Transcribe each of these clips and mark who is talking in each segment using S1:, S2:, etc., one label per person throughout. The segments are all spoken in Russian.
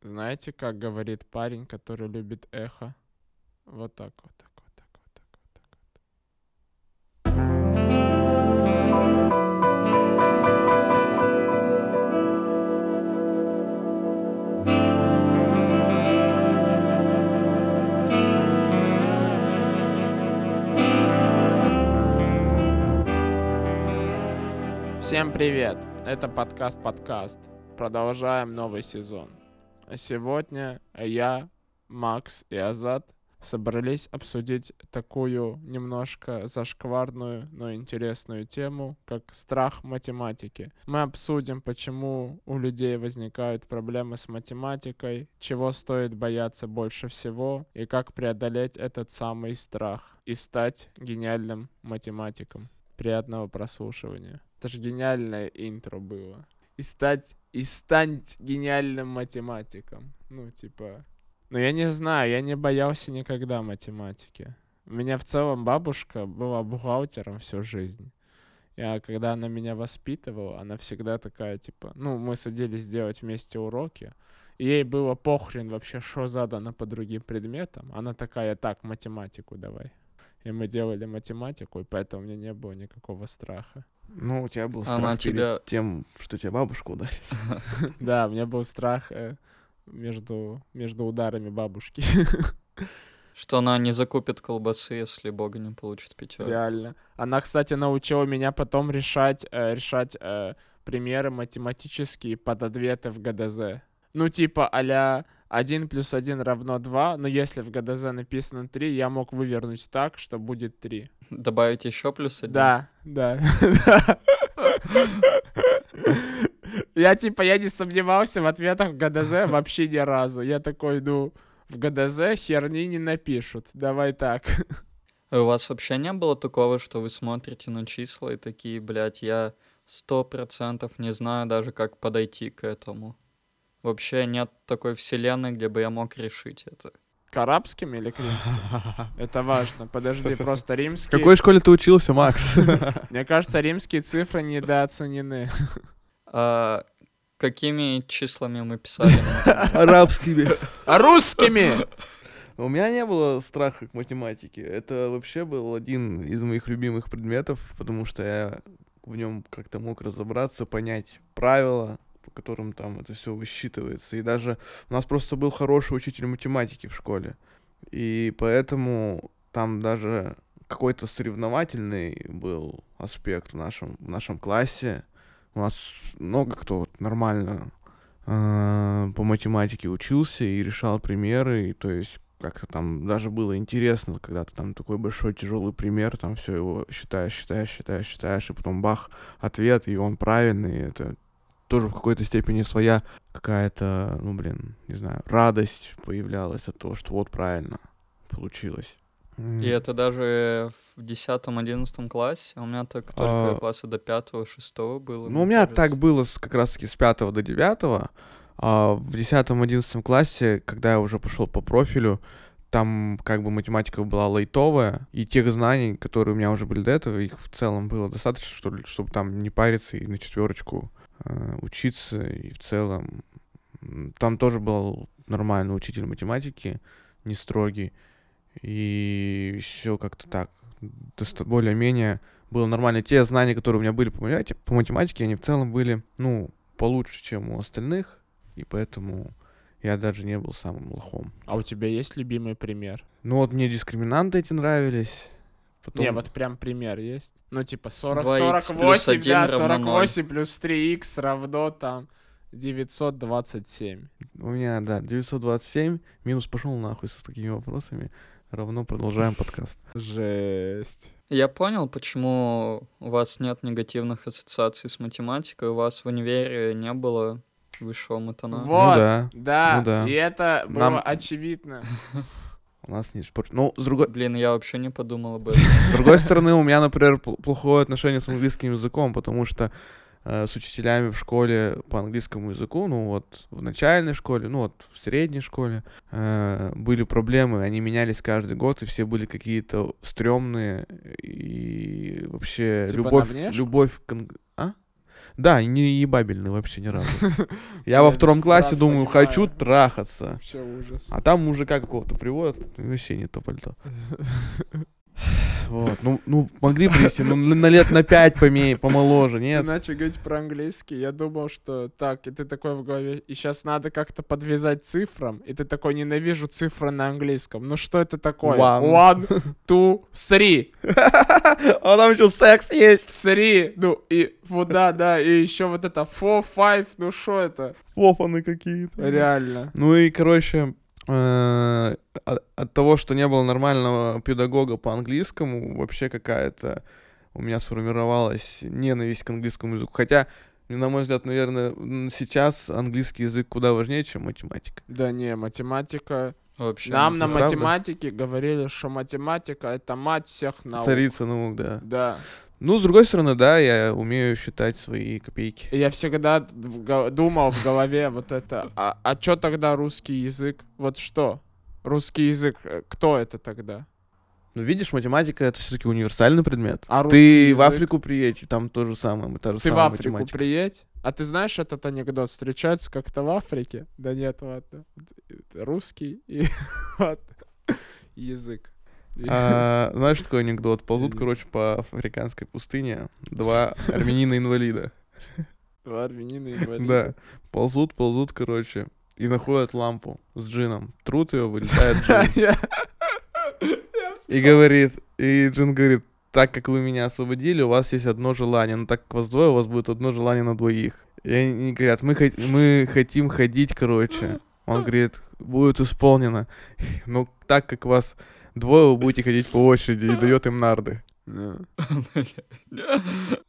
S1: Знаете, как говорит парень, который любит эхо? Вот так вот, так вот, так вот, так вот, так вот. Всем привет! Это подкаст подкаст. Продолжаем новый сезон. А Сегодня я, Макс и Азат собрались обсудить такую немножко зашкварную, но интересную тему, как страх математики. Мы обсудим, почему у людей возникают проблемы с математикой, чего стоит бояться больше всего и как преодолеть этот самый страх и стать гениальным математиком. Приятного прослушивания. Это же гениальное интро было. И стать, и стать гениальным математиком. Ну, типа... Ну, я не знаю, я не боялся никогда математики. У меня в целом бабушка была бухгалтером всю жизнь. Я, когда она меня воспитывала, она всегда такая, типа... Ну, мы садились делать вместе уроки. и Ей было похрен вообще, что задано по другим предметам. Она такая, так, математику давай. И мы делали математику, и поэтому у меня не было никакого страха.
S2: Ну, у тебя был страх
S3: Она
S2: перед
S3: тебя-
S2: тем, что тебя бабушка ударит.
S1: Да, у меня был страх э, между, между ударами бабушки.
S3: Что она не закупит колбасы, если бога не получит пятерку.
S1: Реально. Она, кстати, научила меня потом решать, э, решать э, примеры математические под ответы в ГДЗ. Ну, типа, а-ля 1 плюс 1 равно 2, но если в ГДЗ написано 3, я мог вывернуть так, что будет 3.
S3: Добавить еще плюс один?
S1: Да, да. Я типа, я не сомневался в ответах в ГДЗ вообще ни разу. Я такой, ну, в ГДЗ херни не напишут. Давай так.
S3: И у вас вообще не было такого, что вы смотрите на числа и такие, блядь, я сто процентов не знаю даже, как подойти к этому. Вообще нет такой вселенной, где бы я мог решить это.
S1: К арабским или к римским? Это важно. Подожди, просто
S2: В
S1: римские...
S2: какой школе ты учился, Макс?
S1: Мне кажется, римские цифры недооценены.
S3: А какими числами мы писали?
S2: Арабскими.
S1: А Русскими!
S2: У меня не было страха к математике. Это вообще был один из моих любимых предметов, потому что я в нем как-то мог разобраться, понять правила, по которым там это все высчитывается. И даже у нас просто был хороший учитель математики в школе. И поэтому там даже какой-то соревновательный был аспект в нашем, в нашем классе. У нас много кто вот нормально э, по математике учился и решал примеры, и то есть как-то там даже было интересно, когда ты там такой большой тяжелый пример, там все его считаешь, считаешь, считаешь, считаешь, и потом бах, ответ, и он правильный, и это тоже в какой-то степени своя какая-то, ну блин, не знаю, радость появлялась от того, что вот правильно получилось.
S3: И это даже в 10-11 классе. У меня так
S2: А.
S3: только класса до 5-6 было.
S2: Ну,
S3: мне
S2: у меня
S3: кажется.
S2: так было с- как раз-таки с 5 до 9. А в 10-11 классе, когда я уже пошел по профилю, там как бы математика была лайтовая, и тех знаний, которые у меня уже были до этого, их в целом было достаточно, что ли, чтобы там не париться и на четверочку э, учиться, и в целом м, там тоже был нормальный учитель математики, не строгий, и все как-то так, доста- более-менее было нормально. Те знания, которые у меня были по математи- по математике, они в целом были, ну, получше, чем у остальных, и поэтому я даже не был самым лохом.
S1: А у тебя есть любимый пример?
S2: Ну вот мне дискриминанты эти нравились. Потом...
S1: Не, вот прям пример есть. Ну, типа, 40,
S3: 2х
S1: 48,
S3: плюс
S1: да,
S3: 1 равно
S1: 48 плюс 3х равно там 927.
S2: У меня, да, 927, минус пошел нахуй с такими вопросами, равно продолжаем подкаст.
S1: Жесть.
S3: Я понял, почему у вас нет негативных ассоциаций с математикой, у вас в универе не было высшего матана.
S1: Вот.
S2: Ну да,
S1: Да,
S2: Ну да.
S1: и это было
S2: Нам-
S1: очевидно.
S2: у нас не спорт. Ну, с другой,
S3: Блин, я вообще не подумал об этом.
S2: С другой стороны, у меня, например, пл- плохое отношение с английским языком, потому что э, с учителями в школе по английскому языку, ну вот в начальной школе, ну вот в средней школе э, были проблемы, они менялись каждый год, и все были какие-то стрёмные, и вообще
S1: Типа на
S2: любовь,
S1: внешку?
S2: любовь к... анг- А? Да, не ебабельный вообще ни разу. Я
S1: Блин,
S2: во
S1: ну
S2: втором классе
S1: брат,
S2: думаю,
S1: понимаю.
S2: хочу трахаться.
S1: Вообще ужас.
S2: А там мужика какого-то приводят, и вообще не то пальто. Вот, ну, ну могли привести, ну, на на лет на пять помей, помоложе, нет?
S1: Иначе говорить про английский, я думал, что так, и ты такой в голове, и сейчас надо как-то подвязать цифрам, и ты такой, ненавижу цифры на английском. Ну что это такое?
S2: One.
S1: One, two, three.
S2: А там еще секс есть.
S1: Three. Ну и вот да, да, и еще вот это four, five, ну что это?
S2: Фофаны какие-то.
S1: Реально.
S2: Ну и, короче, э, от от того, что не было нормального педагога по английскому, вообще какая-то у меня сформировалась ненависть к английскому языку. Хотя, на мой взгляд, наверное, м, сейчас английский язык куда важнее, чем математика.
S1: Да не, математика.
S3: Вообще.
S1: Нам на
S2: ну, правда.
S1: математике говорили, что математика это мать всех наук.
S2: Царица наук, да.
S1: Да.
S2: Ну, с другой стороны, да, я умею считать свои копейки.
S1: И Я всегда в го- думал в голове вот это, а, а чё тогда русский язык? Вот что? Русский язык, э, кто это тогда?
S2: Ну, видишь, математика — это все-таки универсальный предмет.
S1: А
S2: Ты
S1: русский язык?
S2: в Африку приедешь, и там то же самое, та же
S1: Ты в
S2: самая
S1: Африку
S2: математика.
S1: приедь? А ты знаешь этот анекдот? Встречаются как-то в Африке? Да нет, ладно. э, Русский и ладно. язык. И-
S2: А, знаешь, такой анекдот? Ползут,
S1: Или-
S2: короче, по африканской пустыне два армянина-инвалида.
S1: Два армянина и
S2: Да.
S1: инвалида.
S2: Ползут, ползут, короче, и находят лампу с джином. Трут ее, вылетает джин.
S1: Я-
S2: И говорит, и джин говорит, так как вы меня освободили, у вас есть одно желание. Но так как вас двое, у вас будет одно желание на двоих. И они говорят, мы, хот- мы хотим ходить, короче. Он говорит, будет исполнено. Но так как вас двое, вы будете ходить по очереди и дает им нарды.
S1: Ну,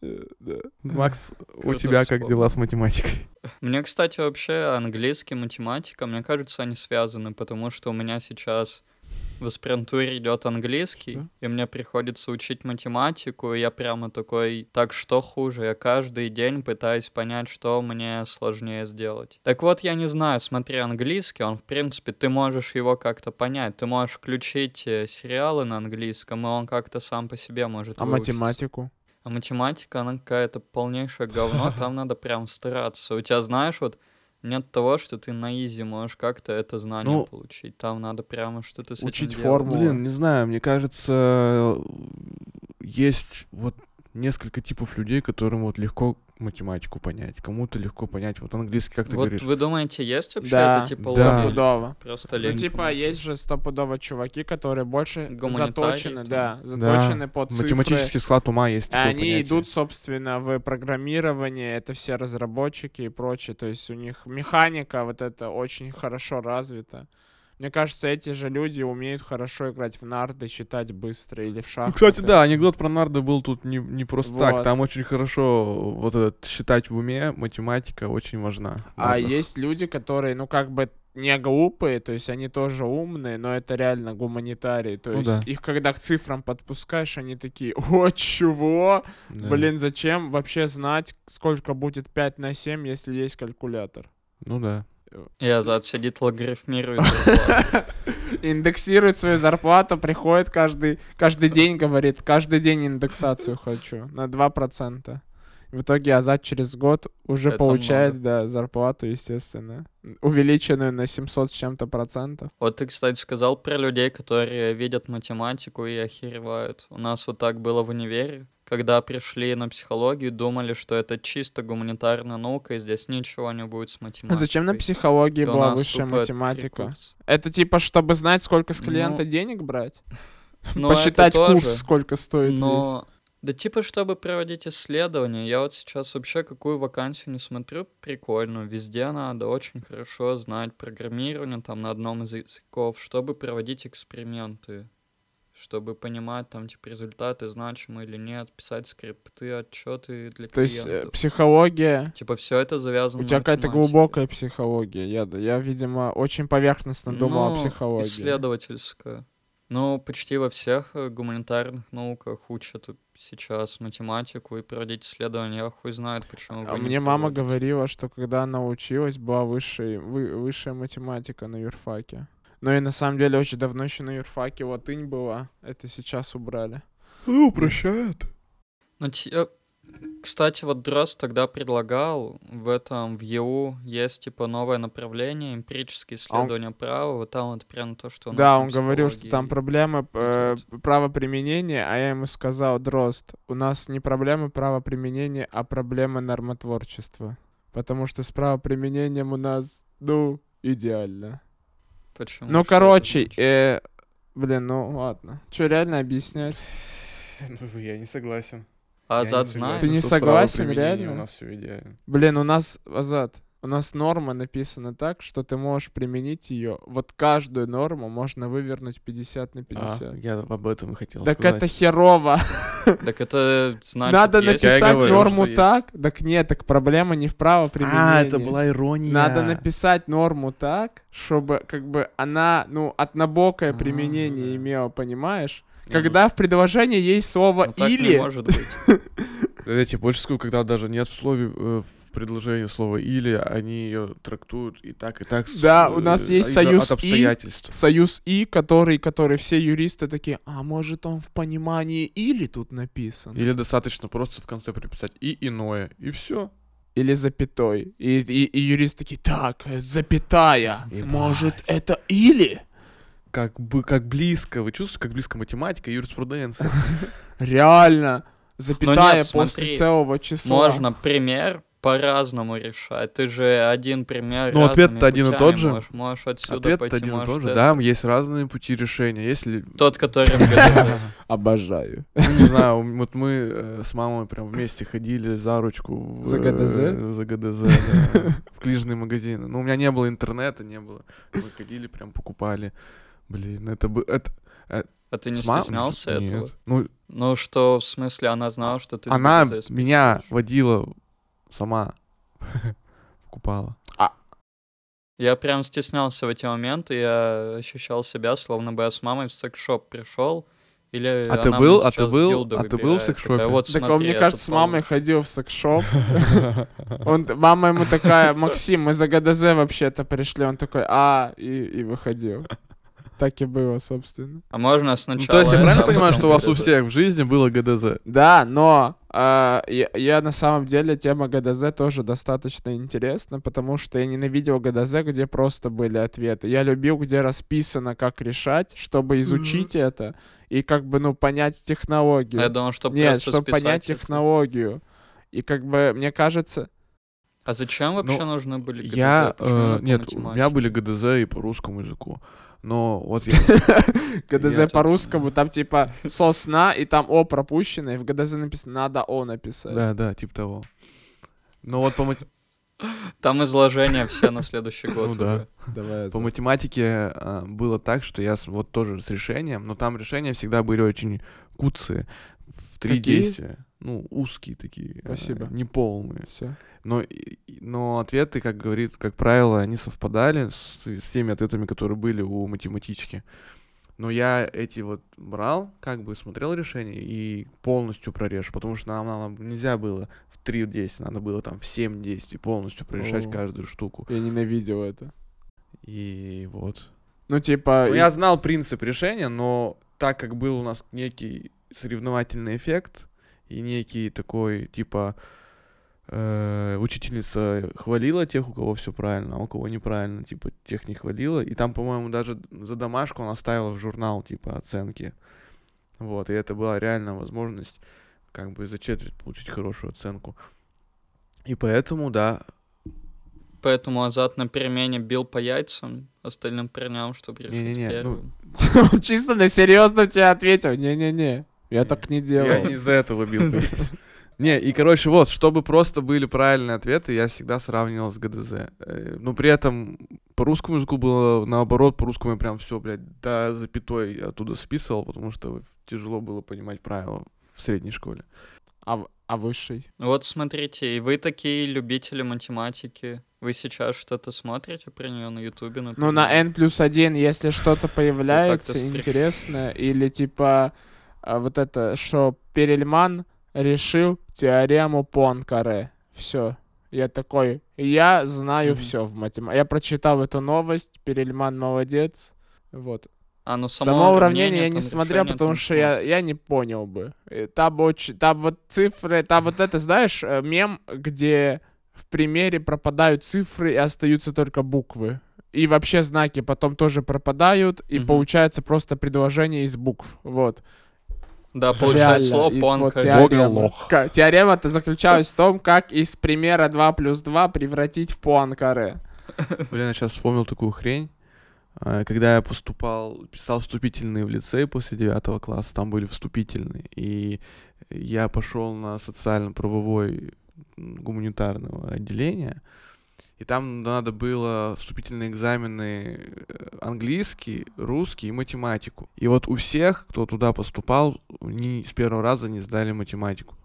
S1: э, да.
S2: Макс, у
S3: Круто
S2: тебя как
S3: вспомнил.
S2: дела с математикой?
S3: Мне, кстати, вообще английский, математика, мне кажется, они связаны, потому что у меня сейчас в аспирантуре идет английский,
S1: Что?
S3: и мне приходится учить математику, и я прямо такой, так что хуже, я каждый день пытаюсь понять, что мне сложнее сделать. Так вот, я не знаю, смотри, английский, он, в принципе, ты можешь его как-то понять, ты можешь включить э, сериалы на английском, и он как-то сам по себе может
S1: А
S3: выучиться.
S1: математику?
S3: А математика, она какая-то полнейшее говно, там надо прям стараться. У тебя, знаешь, вот нет того, что ты на изи можешь как-то это знание
S2: Ну,
S3: получить. Там надо прямо что-то с этим
S1: учить
S3: делать.
S1: формулу.
S2: Блин, не знаю, мне кажется, есть вот несколько типов людей, которым вот легко математику понять, кому-то легко понять, вот английский, как ты
S3: Вот
S2: говоришь.
S3: вы думаете, есть вообще
S1: Да,
S3: это типа
S2: да.
S3: лобби или
S1: Стопудово.
S3: Просто
S1: Ну,
S3: лень.
S1: типа, есть же стопудово чуваки, которые больше
S3: Гуманитарии
S1: заточены,
S3: там.
S1: да, заточены под цифры.
S2: Математический склад ума есть
S1: А
S2: такое
S1: Они
S2: понятие.
S1: идут, собственно, в программирование, это все разработчики и прочее, то есть у них механика вот это очень хорошо развита. Мне кажется, эти же люди умеют хорошо играть в нарды, считать быстро или в
S2: Ну,
S1: шахматы.
S2: Кстати, да, анекдот про нарды был тут не, не просто
S1: Вот.
S2: так. Там очень хорошо вот этот считать в уме, математика очень важна. в
S1: А
S2: нардах.
S1: есть люди, которые, ну, как бы не глупые, то есть они тоже умные, но это реально гуманитарии. То
S2: Ну
S1: есть
S2: да.
S1: их когда к цифрам подпускаешь, они такие, о, чего?
S2: Да.
S1: Блин, зачем вообще знать, сколько будет 5 на 7, если есть калькулятор?
S2: Ну да.
S3: И
S1: ну
S3: Азат сидит, логарифмирует.
S1: Индексирует свою зарплату, приходит каждый, каждый день, говорит, каждый день индексацию хочу на 2%. В итоге Азат через год уже
S3: Это
S1: получает да, зарплату, естественно, увеличенную на 700 с чем-то процентов.
S3: Вот ты, кстати, сказал про людей, которые видят математику и охеревают. У нас вот так было в универе, когда пришли на психологию, думали, что это чисто гуманитарная наука, и здесь ничего не будет
S2: А
S3: с математикой.
S1: А Зачем на
S3: психологии
S1: психологии была высшая математика? Это типа, чтобы знать, сколько с клиента денег брать?
S3: Ну, это
S1: Посчитать
S3: тоже,
S1: курс, сколько стоит весь.
S3: Но... Да типа, чтобы проводить исследования, я вот сейчас вообще какую вакансию не смотрю, прикольную, везде надо очень хорошо знать программирование там на одном из языков, чтобы проводить эксперименты, чтобы понимать там типа результаты значимы или нет, писать скрипты, отчеты для
S1: То есть э,
S3: клиентов.
S1: психология
S3: Типа все это завязано
S1: У
S3: на
S1: тебя какая-то
S3: математике.
S1: глубокая психология. Я, д- я, видимо, очень поверхностно думал
S3: Ну,
S1: о психологии.
S3: Исследовательская. Но почти во всех э, гуманитарных науках учат сейчас математику и проводить исследования. Я хуй знает, почему.
S1: А
S3: вы не
S1: мне мама
S3: проводите.
S1: говорила, что когда она училась, была высшей, вы- высшая математика на юрфаке. Ну и на самом деле очень давно еще на юрфаке латынь была. Это сейчас убрали.
S2: Ну, прощают.
S3: Ну, те- Кстати, вот Дрозд тогда предлагал, в этом, в ЕУ есть, типа, новое направление,
S1: А
S3: эмпирические
S1: он-
S3: исследования права, вот там вот прям то, что у
S1: Да,
S3: нас на
S1: он говорил, что
S3: психологии
S1: там
S3: и-
S1: проблемы э,
S3: вот
S1: правоприменения, а я ему сказал, Дрозд, у нас не проблемы правоприменения, а проблемы нормотворчества. Потому что с правоприменением у нас, ну, идеально.
S3: Почему?
S1: Ну,
S3: Что это
S1: короче,
S3: значит?
S1: э, блин, ну ладно. Че, реально объяснять?
S2: Ну, я не согласен.
S3: А
S2: Я не
S3: Азат
S2: согласен,
S3: знает?
S1: Ты не
S2: что с
S1: согласен,
S2: правоприменением
S1: реально?
S2: У нас все идеально.
S1: Блин, у нас, Азат, у нас норма написана так, что ты можешь применить ее. Вот каждую норму можно вывернуть 50 на 50.
S2: А, я об этом и хотел
S1: так
S2: сказать.
S1: это херово.
S3: Так это значит,
S1: Надо
S3: есть-
S2: Я
S1: написать
S2: говорю,
S1: норму
S2: что есть.
S1: так. Так нет, так проблема не в правоприменении.
S2: А, это была ирония.
S1: Надо написать норму так, чтобы как бы она, ну, однобокое
S3: А,
S1: применение
S3: да.
S1: имела, понимаешь?
S2: Ну,
S1: Когда в предложении есть слово
S3: ну, так не
S1: «или»,
S3: может быть.
S2: Я тебе больше скажу, когда даже нет в слове, э, в предложении слова «или», они ее трактуют и так, и так. с-
S1: Да, у нас
S2: э,
S1: есть
S2: из-за-
S1: союз
S2: От
S1: «и».
S2: обстоятельств.
S1: союз «и», который, который все юристы такие, а может он в понимании «или» тут написан?
S2: Или достаточно просто в конце приписать «и иное», и все.
S1: Или запятой. И, и, и юристы такие, так, э, запятая,
S2: Ебать.
S1: может это «или»?
S2: Как, бы, как близко, вы чувствуете, как близко математика и юриспруденция?
S1: Реально, запятая после
S3: Ну, смотри,
S1: целого числа.
S3: Можно пример по-разному решать. Ты же один пример
S2: Ну,
S3: разными
S2: ответ-то один и
S3: путями
S2: тот же.
S3: Можешь, можешь отсюда
S2: Ответ
S3: пойти,
S2: один и
S3: можешь
S2: тот же.
S3: это.
S2: Да, есть разные пути решения. Если ну,
S3: Тот, который в ГДЗ.
S1: Обожаю.
S2: Не знаю, м- вот мы э, с мамой прям вместе ходили за ручку в,
S1: За ГДЗ?
S2: э, за ГДЗ, да, в книжные магазины. Ну, у меня не было интернета, не было. Мы ходили, прям покупали. Блин, это бы... Это...
S3: А ты не
S2: с мам-
S3: стеснялся
S2: Нет.
S3: этого?
S2: Ну,
S3: Ну что, в смысле, она знала, что ты с
S2: она
S3: ГДЗ списываешь?
S2: меня водила сама. Покупала.
S3: Я прям стеснялся в эти моменты, я ощущал себя, словно бы я с мамой в секс-шоп пришел. Или
S2: А ты
S3: она мне
S2: был- а ты
S3: сейчас
S2: был-
S3: дилдо
S2: а ты был в
S3: выбирает,
S2: секс-шопе?
S3: такая, вот,
S1: Так он,
S3: смотри,
S1: мне
S3: это
S1: кажется, с
S3: полно».
S1: мамой ходил в секс-шоп. Он, мама ему такая, Максим, мы за ГДЗ вообще-то пришли. Он такой, а, и, и выходил. Так и было, собственно.
S3: А можно
S2: Ну,
S3: сначала...
S2: то есть я
S3: это,
S2: правильно
S3: а
S2: понимаю,
S3: потом
S2: что у вас у
S3: ГДЗ?
S2: всех в жизни было ГДЗ?
S1: Да, но а, я, я на самом деле тема ГДЗ тоже достаточно интересна, потому что я ненавидел ГДЗ, где просто были ответы. Я любил, где расписано, как решать, чтобы изучить это и как бы, ну, понять технологию.
S3: А Я думал, что
S1: Нет,
S3: просто
S1: чтобы
S3: списать
S1: понять
S3: их.
S1: технологию. И как бы, мне кажется,
S3: А зачем вообще
S2: Ну,
S3: нужны были ГДЗ?
S2: Я...
S3: Почему
S2: э,
S3: не по
S2: Нет, у меня
S3: математике?
S2: были ГДЗ и по русскому языку. Но вот я
S1: ГДЗ
S2: Я тут-
S1: по-русскому, там типа сосна, и там О пропущено, и в ГДЗ написано «надо О» написать.
S2: Да, да, типа того. Но вот по, мат-
S3: Там изложения все на следующий год
S2: Ну да.
S3: уже.
S1: Давай,
S2: по
S1: Азат.
S2: математике а, было так, что я с- вот тоже с решением, но там решения всегда были очень куцые, в три
S1: Какие?
S2: действия. Ну, узкие такие, а,
S1: Спасибо.
S2: неполные.
S1: Всё.
S2: Но, и- и- но ответы, как говорит, как правило, они совпадали с, с теми ответами, которые были у математички. Но я эти вот брал, как бы смотрел решение и полностью прорежу, потому что нам, нам нельзя было в три действия, надо было там в семь действий полностью прорешать
S1: О.
S2: каждую штуку.
S1: Я ненавидел это.
S2: И вот.
S1: Ну, типа...
S2: Ну,
S1: и-
S2: я знал принцип решения, но так как был у нас некий соревновательный эффект и некий такой, типа, э, учительница хвалила тех, у кого все правильно, а у кого неправильно, типа, тех не хвалила. И там, по-моему, даже за домашку она ставила в журнал, типа, оценки. Вот, и это была реально возможность как бы за четверть получить хорошую оценку. И поэтому, да,
S3: Поэтому Азат на перемене бил по яйцам остальным парням, чтобы решить
S2: Не-не-не, ну,
S3: первым.
S1: Он чисто на серьезно тебе ответил. Не-не-не, я так не
S2: Я
S1: делал.
S2: не из-за этого бил. блядь. Не, и, короче, вот, чтобы просто были правильные ответы, я всегда сравнивал с ГДЗ. Э, Но при этом по русскому языку было наоборот, по русскому я прям все, блядь, до запятой оттуда списывал, потому что тяжело было понимать правила в средней школе.
S1: А, в- а высший?
S3: Вот смотрите, и вы такие любители математики. Вы сейчас что-то смотрите про нее на Ютубе,
S1: Ну, на
S3: например?
S1: N плюс 1, если что-то появляется
S3: спря-
S1: интересное, или типа а, вот это, что Перельман решил теорему Понкаре. Все. Я такой, я знаю
S3: Мгм.
S1: все в математике. Я прочитал эту новость, Перельман молодец. Вот.
S3: А, ну само,
S1: Само уравнение я не
S3: там
S1: смотрел,
S3: решение,
S1: потому
S3: там
S1: что
S3: всё.
S1: я, я не понял бы. Э, Там, очень, там вот цифры, там вот это, знаешь, э, мем, где в примере пропадают цифры и остаются только буквы. И вообще знаки потом тоже пропадают, и
S3: Мгм.
S1: получается просто предложение из букв. Вот.
S3: Да, получается
S1: Реально,
S3: слово
S1: и
S3: понка.
S1: вот теорема.
S2: лох.
S1: Ка- Теорема-то заключалась в том, как из примера 2 плюс 2 превратить в пуанкаре.
S2: Блин, я сейчас вспомнил такую хрень. А, Когда я поступал, писал вступительные в лицей после девятого класса, там были вступительные. И я пошел на социально-правовой м, гуманитарного отделения, и там надо было вступительные экзамены э, английский, русский и математику. И вот у всех, кто туда поступал, они с первого раза не сдали математику.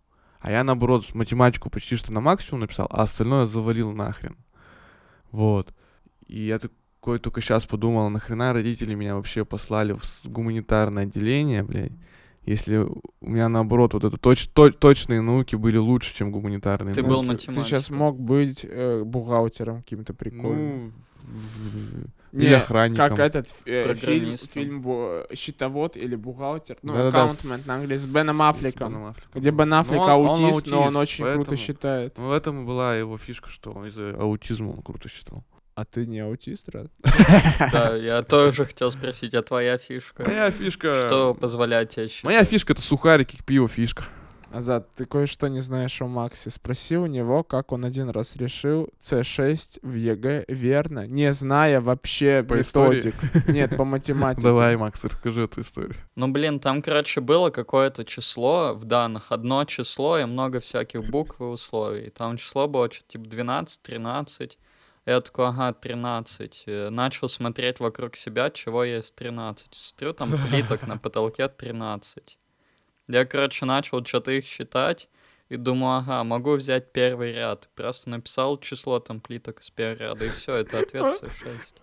S2: А я, наоборот, математику почти что на максимум написал, а остальное завалил нахрен. Вот. И я такой только сейчас подумал, нахрена родители меня вообще послали в с- гуманитарное отделение, блядь, если у меня наоборот вот это точ- то- точные науки были лучше, чем гуманитарные
S3: Ты
S2: науки.
S3: был
S1: Ну, Ты сейчас
S3: математиком.
S1: мог быть э, бухгалтером каким-то прикольным.
S2: Ну, в- в-
S1: Не,
S2: или охранником.
S1: Как этот э, фильм,
S3: Программистом.
S1: фильм бу- «Щитовод» или «Бухгалтер», ну,
S2: Да-да-да,
S1: аккаунтмент
S2: с-
S1: на английском, с Беном
S2: С
S1: Аффлеком,
S2: Беном Аффлеком,
S1: где
S2: да.
S1: Бен
S2: Но
S1: Аффлек
S2: он- он
S1: аутист, но он
S2: аутист,
S1: очень круто
S2: поэтому-
S1: считает.
S2: Ну, в этом и была его фишка, что он из-за аутизма он круто считал.
S1: А ты не аутист, Рад?
S3: Да, я тоже хотел спросить, а твоя фишка?
S2: Моя фишка...
S3: Что позволяет тебе считать?
S2: Моя фишка — это сухарики, пиво фишка.
S1: Азат, ты кое-что не знаешь о Максе. Спроси у него, как он один раз решил С6 в ЕГЭ верно, не зная вообще
S2: По истории?
S1: методик. Нет, по математике.
S2: Давай, Макс, расскажи эту историю.
S3: Ну, блин, там, короче, было какое-то число в данных. Одно число и много всяких букв и условий. Там число было что-то типа 12, 13. Я такой, ага, 13. Э, Начал смотреть вокруг себя, чего есть 13. Смотрю, там плиток на потолке 13. Я, короче, начал что-то их считать. И думаю, ага, могу взять первый ряд. Просто написал число там плиток из первого ряда, и все, это ответ 6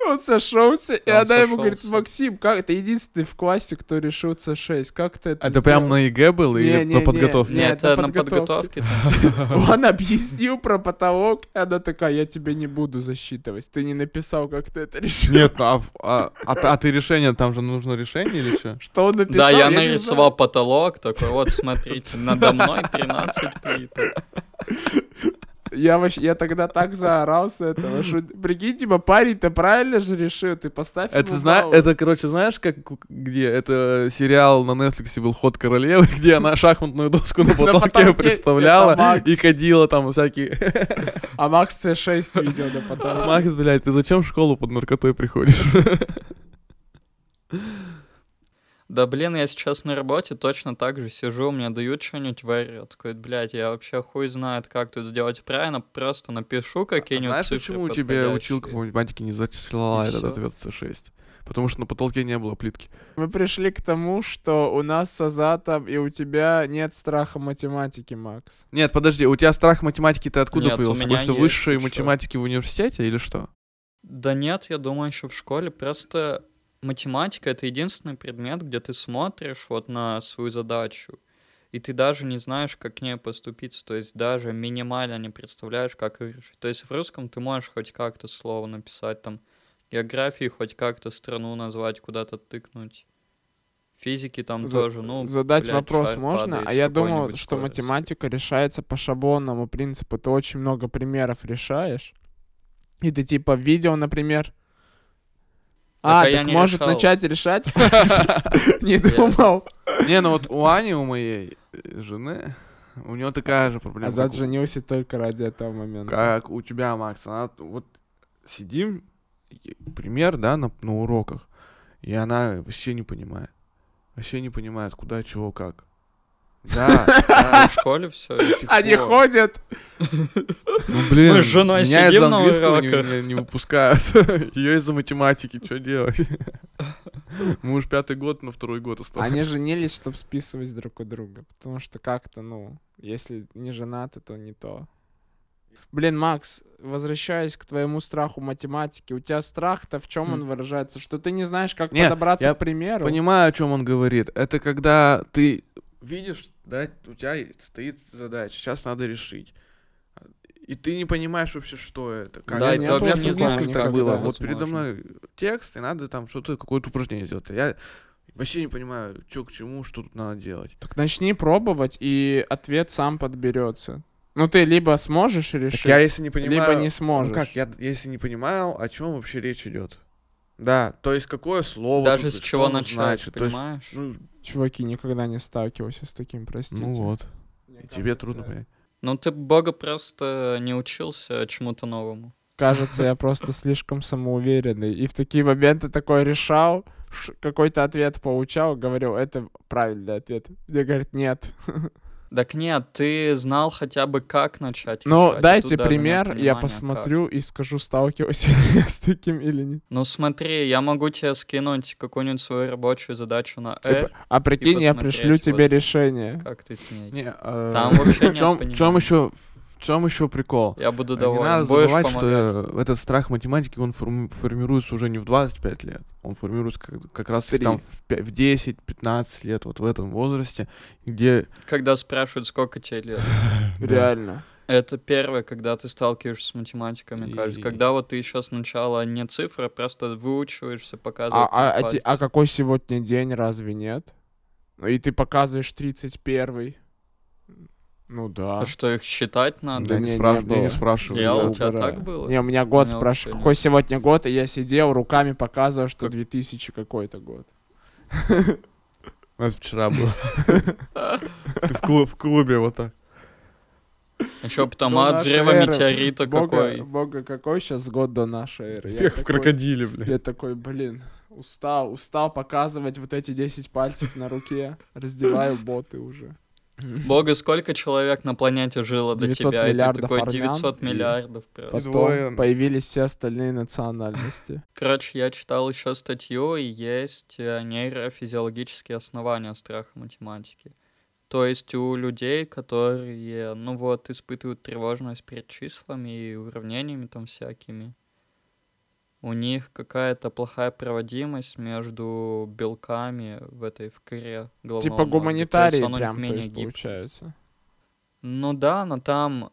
S1: Он сошелся, и
S3: Он
S1: она ему говорит,
S3: сошёлся.
S1: Максим, как ты единственный в классе, кто решил С6, как ты это
S2: Это А прям
S1: сделал?»
S2: на ЕГЭ было
S1: Не,
S2: или
S1: не,
S2: на
S1: не.
S2: подготовке?
S1: Нет,
S3: Нет, это
S1: на
S3: на
S1: подготовке.
S3: подготовке. там
S1: Он объяснил про потолок, и она такая, я тебе не буду засчитывать. Ты не написал, как ты это решил.
S2: Нет, а, в- а- а т- а ты решение, там же нужно решение или что?
S1: Что он написал,
S3: Да, я
S1: не
S3: нарисовал потолок, такой, вот, смотрите, надо мной 13 плиток.
S1: знаю. Я вообще, я тогда так заорал с этого. что- Прикинь, типа, парень, ты правильно же решил, ты поставь
S2: Это,
S1: ему
S2: зна...
S1: балл.
S2: это, короче, знаешь, как у- где? Это сериал на Netflix был «Ход королевы», где она шахматную доску на потолке
S1: потолке
S2: представляла
S1: это Макс.
S2: и кадила там всякие.
S1: А Макс С6 видел на потолке.
S2: Макс, блядь, ты зачем в школу под наркотой приходишь?
S3: Да, блин, я сейчас на работе точно так же сижу, мне дают что-нибудь варят. Такой, блядь, я вообще хуй знает, как тут сделать правильно, просто напишу какие-нибудь
S2: А Знаешь,
S3: цифры
S2: почему у тебя
S3: подходящие.
S2: училка по математике не зачислила
S3: И
S2: этот
S3: всё.
S2: ответ С6? Потому что на потолке не было плитки.
S1: Мы пришли к тому, что у нас с Азатом и у тебя нет страха математики, Макс.
S2: Нет, подожди, у тебя страх математики ты откуда
S3: Нет, у
S2: появился?
S3: меня
S2: После
S3: есть,
S2: высшей
S3: ты чё?
S2: математики в университете или что?
S3: Да нет, я думаю, еще в школе. Просто математика — это единственный предмет, где ты смотришь вот на свою задачу, и ты даже не знаешь, как к ней поступиться, то есть даже минимально не представляешь, как ее решить. То есть в русском ты можешь хоть как-то слово написать, там, географии хоть как-то страну назвать, куда-то тыкнуть. Физики там
S1: За-
S3: тоже, ну,
S1: Задать
S3: блядь,
S1: вопрос
S3: шар
S1: можно,
S3: падает
S1: а
S3: с
S1: я думал,
S3: какой-нибудь
S1: что
S3: скоростью.
S1: математика решается по шаблонному принципу. Ты очень много примеров решаешь, и ты типа видел, например.
S3: Так,
S1: А,
S3: а
S1: так
S3: я не
S1: может
S3: решал.
S1: начать решать? Не думал.
S2: Не, ну вот у Ани, у моей э, жены, у нее такая же проблема.
S1: Азат
S2: как у-
S1: А женился только ради этого момента.
S2: Как у тебя, Макс, она т- вот сидим, и- пример, да, на, на уроках, и она вообще не понимает. Вообще не понимает, куда, чего, как. Да,
S3: А в школе все.
S2: до сих
S1: Они
S2: пор.
S1: ходят.
S2: Ну, блин,
S3: Мы с женой
S2: меня
S3: сидим
S2: из-за
S3: на
S2: английского не,
S3: уроках.
S2: не- не выпускают. Ее из-за математики, что делать? Мы уж пятый год на второй год остались.
S1: Они женились, чтобы списывать друг у друга. Потому что как-то, ну, если не женаты, то не то. Блин, Макс, возвращаясь к твоему страху математики, у тебя страх-то в чем
S2: М.
S1: он выражается? Что ты не знаешь, как
S2: Нет,
S1: подобраться
S2: я
S1: к примеру?
S2: Понимаю, о чем он говорит. Это когда ты видишь, да, у тебя и стоит задача, сейчас надо решить. И ты не понимаешь вообще, что это. Как
S1: Да,
S2: это.
S1: и ты вообще не знаешь
S2: так
S1: никогда,
S2: было. Вот
S3: возможно.
S2: передо мной текст, и надо там что-то, какое-то упражнение сделать. Я вообще не понимаю, что к чему, что тут надо делать.
S1: Так начни пробовать, и ответ сам подберется. Ну ты либо сможешь решить,
S2: я если не понимаю...
S1: либо не
S2: Ну
S1: сможешь.
S2: как, я д- если не понимал, о чем вообще речь идет. Да, то есть какое слово.
S3: Даже
S2: тут
S3: с
S2: и
S3: чего
S2: что оно
S3: начать,
S2: значит. То есть,
S3: понимаешь?
S2: ну,
S1: Чуваки, никогда не сталкивался с таким, простите.
S2: ну вот,
S1: Мне
S2: и тебе
S1: кажется,
S2: трудно понять.
S3: Ну ты бога просто не учился чему-то новому.
S1: Кажется, я просто слишком самоуверенный. И в такие моменты такой решал, ш- какой-то ответ получал, говорил, это правильный ответ. Мне говорят, нет.
S3: Так нет, ты знал хотя бы как начать.
S1: Ну,
S3: решать, и
S1: дайте
S3: тут даже нет
S1: пример, я
S3: понимания, как.
S1: посмотрю и скажу, сталкивался ли я с таким или нет.
S3: Ну смотри, я могу тебе скинуть какую-нибудь свою рабочую задачу на
S1: И п-
S3: R,
S1: А прикинь, я
S3: Э? посмотреть,
S1: пришлю тебе
S3: вот.
S1: решение.
S3: как ты с ней.
S2: Не, э,
S3: Там вообще
S2: в
S3: нет
S2: чем, в чем
S3: понимания.
S2: еще, в чем еще прикол?
S3: Я буду
S2: Э, Не надо
S3: доволен. Будешь
S2: забывать,
S3: помогать.
S2: что э, этот страх математики, он форми- формируется уже не в 25 лет. Он формируется как, как раз
S1: Три.
S2: там в, пя- в 10-15 лет, вот в этом возрасте, где...
S3: Когда спрашивают, сколько тебе лет.
S2: да.
S1: Реально.
S3: Это первое, когда ты сталкиваешься с математикой, мне кажется.
S2: И-
S3: Когда вот ты еще сначала не цифры, а просто выучиваешься,
S1: А,
S3: показываешь.
S1: а- а те- а какой сегодня день, разве нет? Ну, И ты показываешь 31 Ну да.
S3: что их считать надо?
S1: Да
S2: я не,
S1: не,
S2: спраш-
S1: не
S2: я
S1: было.
S2: не спрашиваю.
S3: Я
S1: Я
S3: у тебя
S1: убираю.
S3: так было?
S1: Не, у меня год
S3: меня вообще
S1: спрашивают,
S3: нет.
S1: какой сегодня год, и я сидел руками показывал, что
S3: Как-
S1: 2000 какой-то год.
S2: У нас вчера было. Ты в клу- в клубе вот так.
S3: Еще
S1: До
S3: потому от
S1: нашей
S3: взрыва
S1: эры.
S3: метеорита
S1: Бога,
S3: какой.
S1: бога, какой сейчас год до нашей эры? Я
S2: Как в
S1: такой-
S2: крокодиле, блядь.
S1: Я такой, блин, устал, устал показывать вот эти 10 пальцев на руке. Раздеваю боты уже.
S3: Бога, сколько человек на планете жило до
S1: 900
S3: тебя? И ты
S1: миллиардов
S3: такой
S1: армян
S3: 900
S1: и-
S3: миллиардов. просто.
S1: Потом
S2: Двое.
S1: появились все остальные национальности.
S3: Короче, я читал еще статью, и есть э, нейрофизиологические основания страха математики. То есть у людей, которые, ну вот, испытывают тревожность перед числами и уравнениями там всякими, у них какая-то плохая проводимость между белками в этой, в коре головного
S1: Типа
S3: мозга. То есть
S1: гуманитарии
S3: оно
S1: прям, то
S3: менее
S1: есть,
S3: гибкое.
S1: получается.
S3: Ну да, но там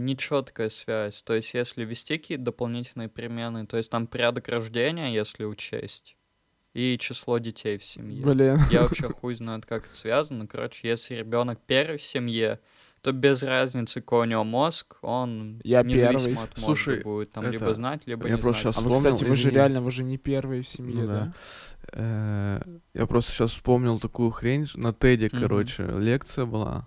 S3: нечеткая связь. То есть, если вести какие-то дополнительные перемены, то есть там порядок рождения, если учесть, и число детей в семье.
S1: Блин.
S3: Я вообще хуй знает, как это связано. Короче, если ребенок первый в семье, то без разницы, какой у него мозг, он
S1: Я
S3: независимо
S1: первый.
S3: от мозга
S2: Слушай,
S3: будет там
S2: это-
S3: либо знать, либо
S2: я
S3: не
S2: просто
S3: знать.
S1: А
S2: щас-
S1: вы,
S2: Вспомнил,
S1: кстати, вы же
S2: извини.
S1: реально, вы же не первые в семье,
S2: Ну да.
S1: да?
S2: Э, Я просто сейчас вспомнил такую хрень что на Теде,
S3: Мгм.
S2: короче, лекция была.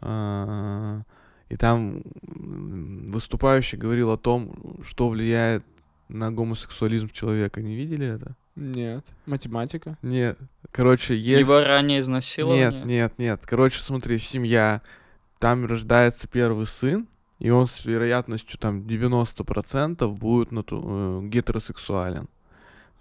S2: А, И там м, выступающий говорил о том, что влияет на гомосексуализм человека. Не видели это?
S1: Нет. Математика?
S2: Нет. Короче, есть...
S3: Его ранее
S2: Нет,
S3: изнасилование.
S2: нет, нет. Короче, смотри, семья. Там рождается первый сын, и он с вероятностью там 90% будет нату- э, гетеросексуален.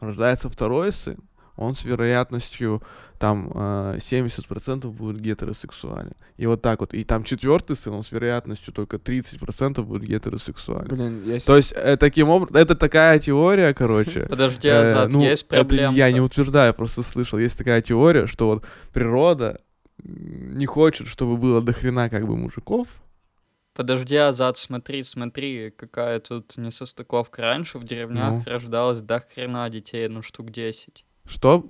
S2: Рождается второй сын, он с вероятностью там э, 70% будет гетеросексуален. И вот так вот. И там четвертый сын, он с вероятностью только 30% будет гетеросексуален.
S1: Блин, я... с-
S2: То есть, э, таким образом, это такая теория, короче.
S3: Подожди,
S2: Э,
S3: Азат,
S2: ну,
S3: есть
S2: это
S3: проблема.
S2: я не утверждаю, просто слышал. Есть такая теория, что вот природа м, не хочет, чтобы было дохрена как бы мужиков.
S3: Подожди, Азат, смотри, смотри, какая тут несостыковка. Раньше в
S2: Ну.
S3: деревнях рождалось до хрена детей, ну штук 10.
S2: Что?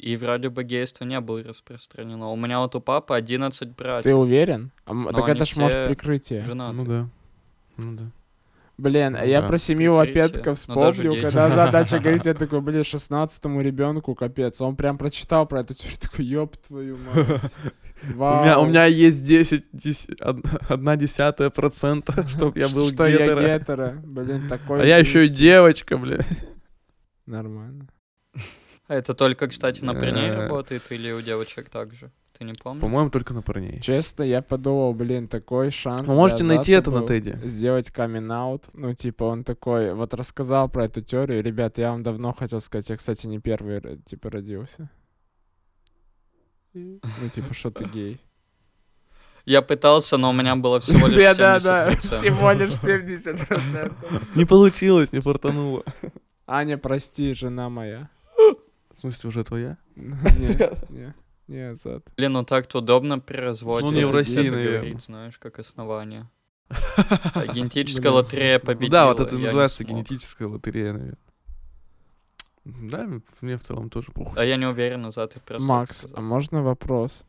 S3: И вроде бы гейство не было распространено. У меня вот у папы 11
S1: Ты
S3: братьев.
S1: уверен? А м-
S3: Но
S1: так это
S3: они
S1: ж может
S3: все
S1: прикрытие.
S3: женатых.
S2: Ну да. Ну да.
S1: Блин, а
S2: Ну
S1: я
S2: да. Ну,
S1: про семью
S3: Прикрытие.
S1: Лапетко
S3: Но даже
S1: вспомнил,
S3: дети.
S1: когда задача говорит, я такой, блин, шестнадцатому ребенку капец. Он прям прочитал про эту теорию, такой, ёб твою мать.
S2: У, меня, у
S1: Вау.
S2: меня есть 10, дес- од- одна десятая процента, чтобы я был
S1: Что я
S2: гетеро.
S1: гетера. Блин, такой...
S2: А я еще и
S1: близкий.
S2: девочка, бля.
S1: Нормально.
S3: А Это только, кстати, на парней
S2: Э.
S3: работает или у девочек также? Ты не помнишь?
S2: По-моему, только на парней.
S1: Честно, я подумал, блин, такой шанс.
S2: Вы можете
S1: для
S2: найти
S1: Азата
S2: это на
S1: был.
S2: Теде.
S1: сделать камин-аут. Ну, типа, он такой, вот рассказал про эту теорию. Ребят, я вам давно хотел сказать, я, кстати, не первый, ро- типа, родился. Ну, типа, что ты гей.
S3: Я пытался, но у меня было всего лишь 70%.
S1: лишь 70%.
S2: Не получилось, не фартануло.
S1: Аня, прости, жена моя.
S2: В смысле, уже твоя?
S1: Не, не, не, зад.
S3: Блин, ну так-то удобно при разводе.
S2: не в
S3: это
S2: России,
S3: где-то
S2: наверно.
S3: говорить, знаешь, как основание. А Генетическая
S1: Блин,
S3: лотерея
S1: смешно.
S3: победила.
S2: Да, вот это
S3: я не
S2: называется
S3: смог.
S2: генетическая лотерея, наверное. Да, мне в целом тоже похуй.
S3: А я не уверен, назад ты просто это
S1: Макс, а
S3: сказал.
S1: можно вопрос?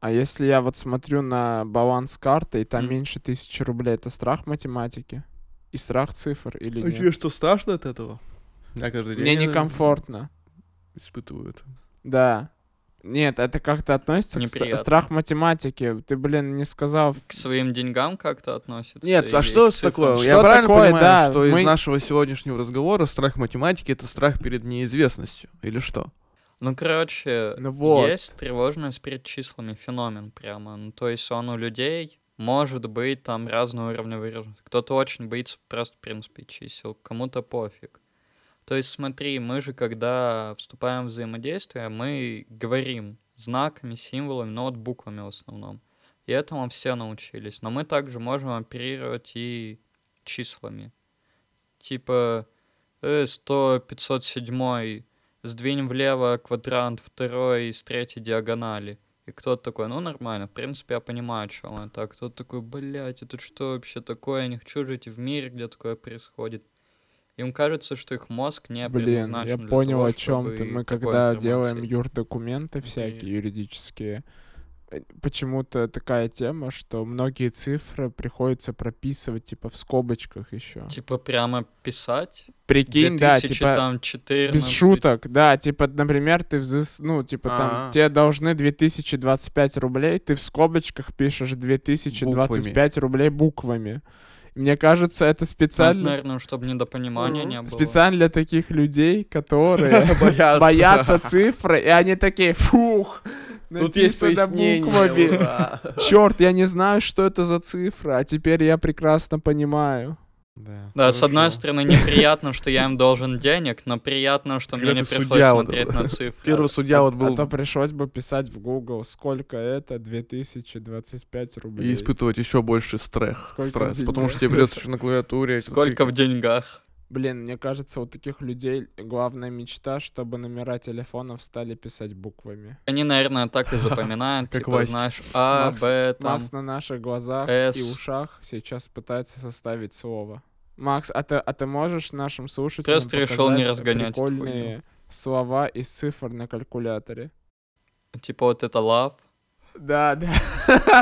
S1: А если я вот смотрю на баланс карты, и там
S3: М.
S1: меньше тысячи рублей, это страх математики? И страх цифр или
S2: А
S1: нет?
S2: тебе что, страшно от этого? Я каждый день
S1: Мне
S2: это
S1: некомфортно.
S2: Испытываю это.
S1: Да. Нет, это как-то относится к стра-
S3: Неприятно.
S1: страх математики. Ты, блин, не сказал.
S3: К своим деньгам как-то относится?
S2: Нет, а
S3: или
S2: что
S3: к
S2: это
S3: цифрам?
S2: такое?
S1: Э, Что
S2: Я правильно
S1: такое,
S2: понимаю,
S1: да,
S2: что
S1: мы-
S2: из нашего сегодняшнего разговора страх математики — это страх перед неизвестностью, или что?
S3: Ну, короче,
S1: Ну вот.
S3: есть тревожность перед числами, феномен прямо. Ну, то есть он у людей может быть там разного уровня выражен. Кто-то очень боится просто, в принципе, чисел, кому-то пофиг. То есть смотри, мы же, когда вступаем в взаимодействие, мы говорим знаками, символами, но вот буквами в основном. И этому все научились. Но мы также можем оперировать и числами. Типа э, 100, 507, сдвинь влево квадрант второй из третьей диагонали. И кто-то такой, ну нормально, в принципе, я понимаю, о чем это. А кто-то такой, блядь, это что вообще такое? Я не хочу жить в мире, где такое происходит. Им кажется, что их мозг не
S1: Блин,
S3: предназначен
S1: я
S3: для
S1: понял,
S3: того,
S1: о чем ты.
S3: чтобы
S1: Мы
S3: такой
S1: когда
S3: информацией.
S1: делаем юрдокументы
S3: Мгм.
S1: всякие юридические, э, почему-то такая тема, что многие цифры приходится прописывать типа в скобочках еще.
S3: Типа прямо писать?
S1: Прикинь, да,
S3: 2000,
S1: типа
S3: там, ну, 14,
S1: без шуток, да, типа, например, ты взыс, ну, типа там
S2: А-а.
S1: тебе должны 2025 рублей, ты в скобочках пишешь 2025 рублей буквами. Мне кажется, это
S3: Ну, это,
S1: специально
S3: наверное, чтобы недопонимания не было.
S1: специально для таких людей, которые
S2: Бояться.
S1: боятся цифры, и они такие, фух,
S2: Тут есть
S1: написано
S2: пояснение.
S1: буквами.
S2: ура.
S1: Черт, я не знаю, что это за цифра, а теперь я прекрасно понимаю.
S3: Да, с одной
S2: хорошо.
S3: стороны, неприятно, что я им должен денег, но приятно, что мне
S2: Когда
S3: не
S2: ты
S3: пришлось
S2: судья вот
S3: смотреть
S2: это.
S3: на цифры.
S2: Первый судья вот
S1: А
S2: был
S1: то пришлось бы писать в Google, сколько это 2025
S2: и
S1: рублей.
S2: испытывать еще больше стресс.
S1: Сколько
S2: стресс,
S1: денег?
S2: потому что тебе придется еще на клавиатуре. это
S3: Сколько в
S2: тыкать.
S3: деньгах?
S1: Блин, мне кажется, у таких людей главная мечта, чтобы номера телефонов стали писать буквами.
S3: Они, наверное, так и запоминают,
S2: Как
S3: типа,
S2: Васька.
S3: знаешь, А,
S1: Макс-
S3: Б, там...
S1: Макс на наших глазах
S3: «С».
S1: и ушах сейчас пытается составить слово. Макс, а ты, а ты можешь нашим слушателям
S3: Просто решил не
S1: показать
S3: разгонять эту хуйню.
S1: прикольные слова из цифр на калькуляторе?
S3: Типа вот это лав.
S1: Да, да.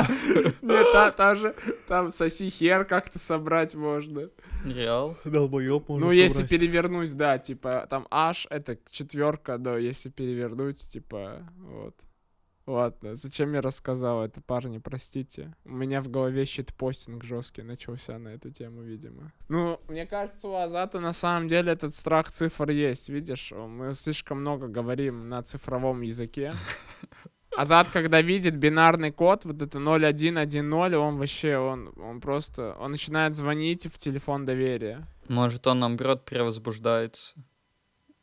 S1: Нет, та- та же- там соси хер как-то собрать можно.
S3: Реал.
S2: Долбоёб можно
S1: Ну, если
S2: собрать.
S1: перевернуть, да, типа, там аж это четверка, да, если перевернуть, типа, вот. Ладно, зачем я рассказал это, парни, простите. У меня в голове щитпостинг жесткий начался на эту тему, видимо. Ну, мне кажется, у Азата на самом деле этот страх цифр есть, видишь? Мы слишком много говорим на цифровом языке. Азат, когда видит бинарный код, вот это 0110, он вообще, он, он просто, он начинает звонить в телефон доверия.
S3: Может, он, наоборот, превозбуждается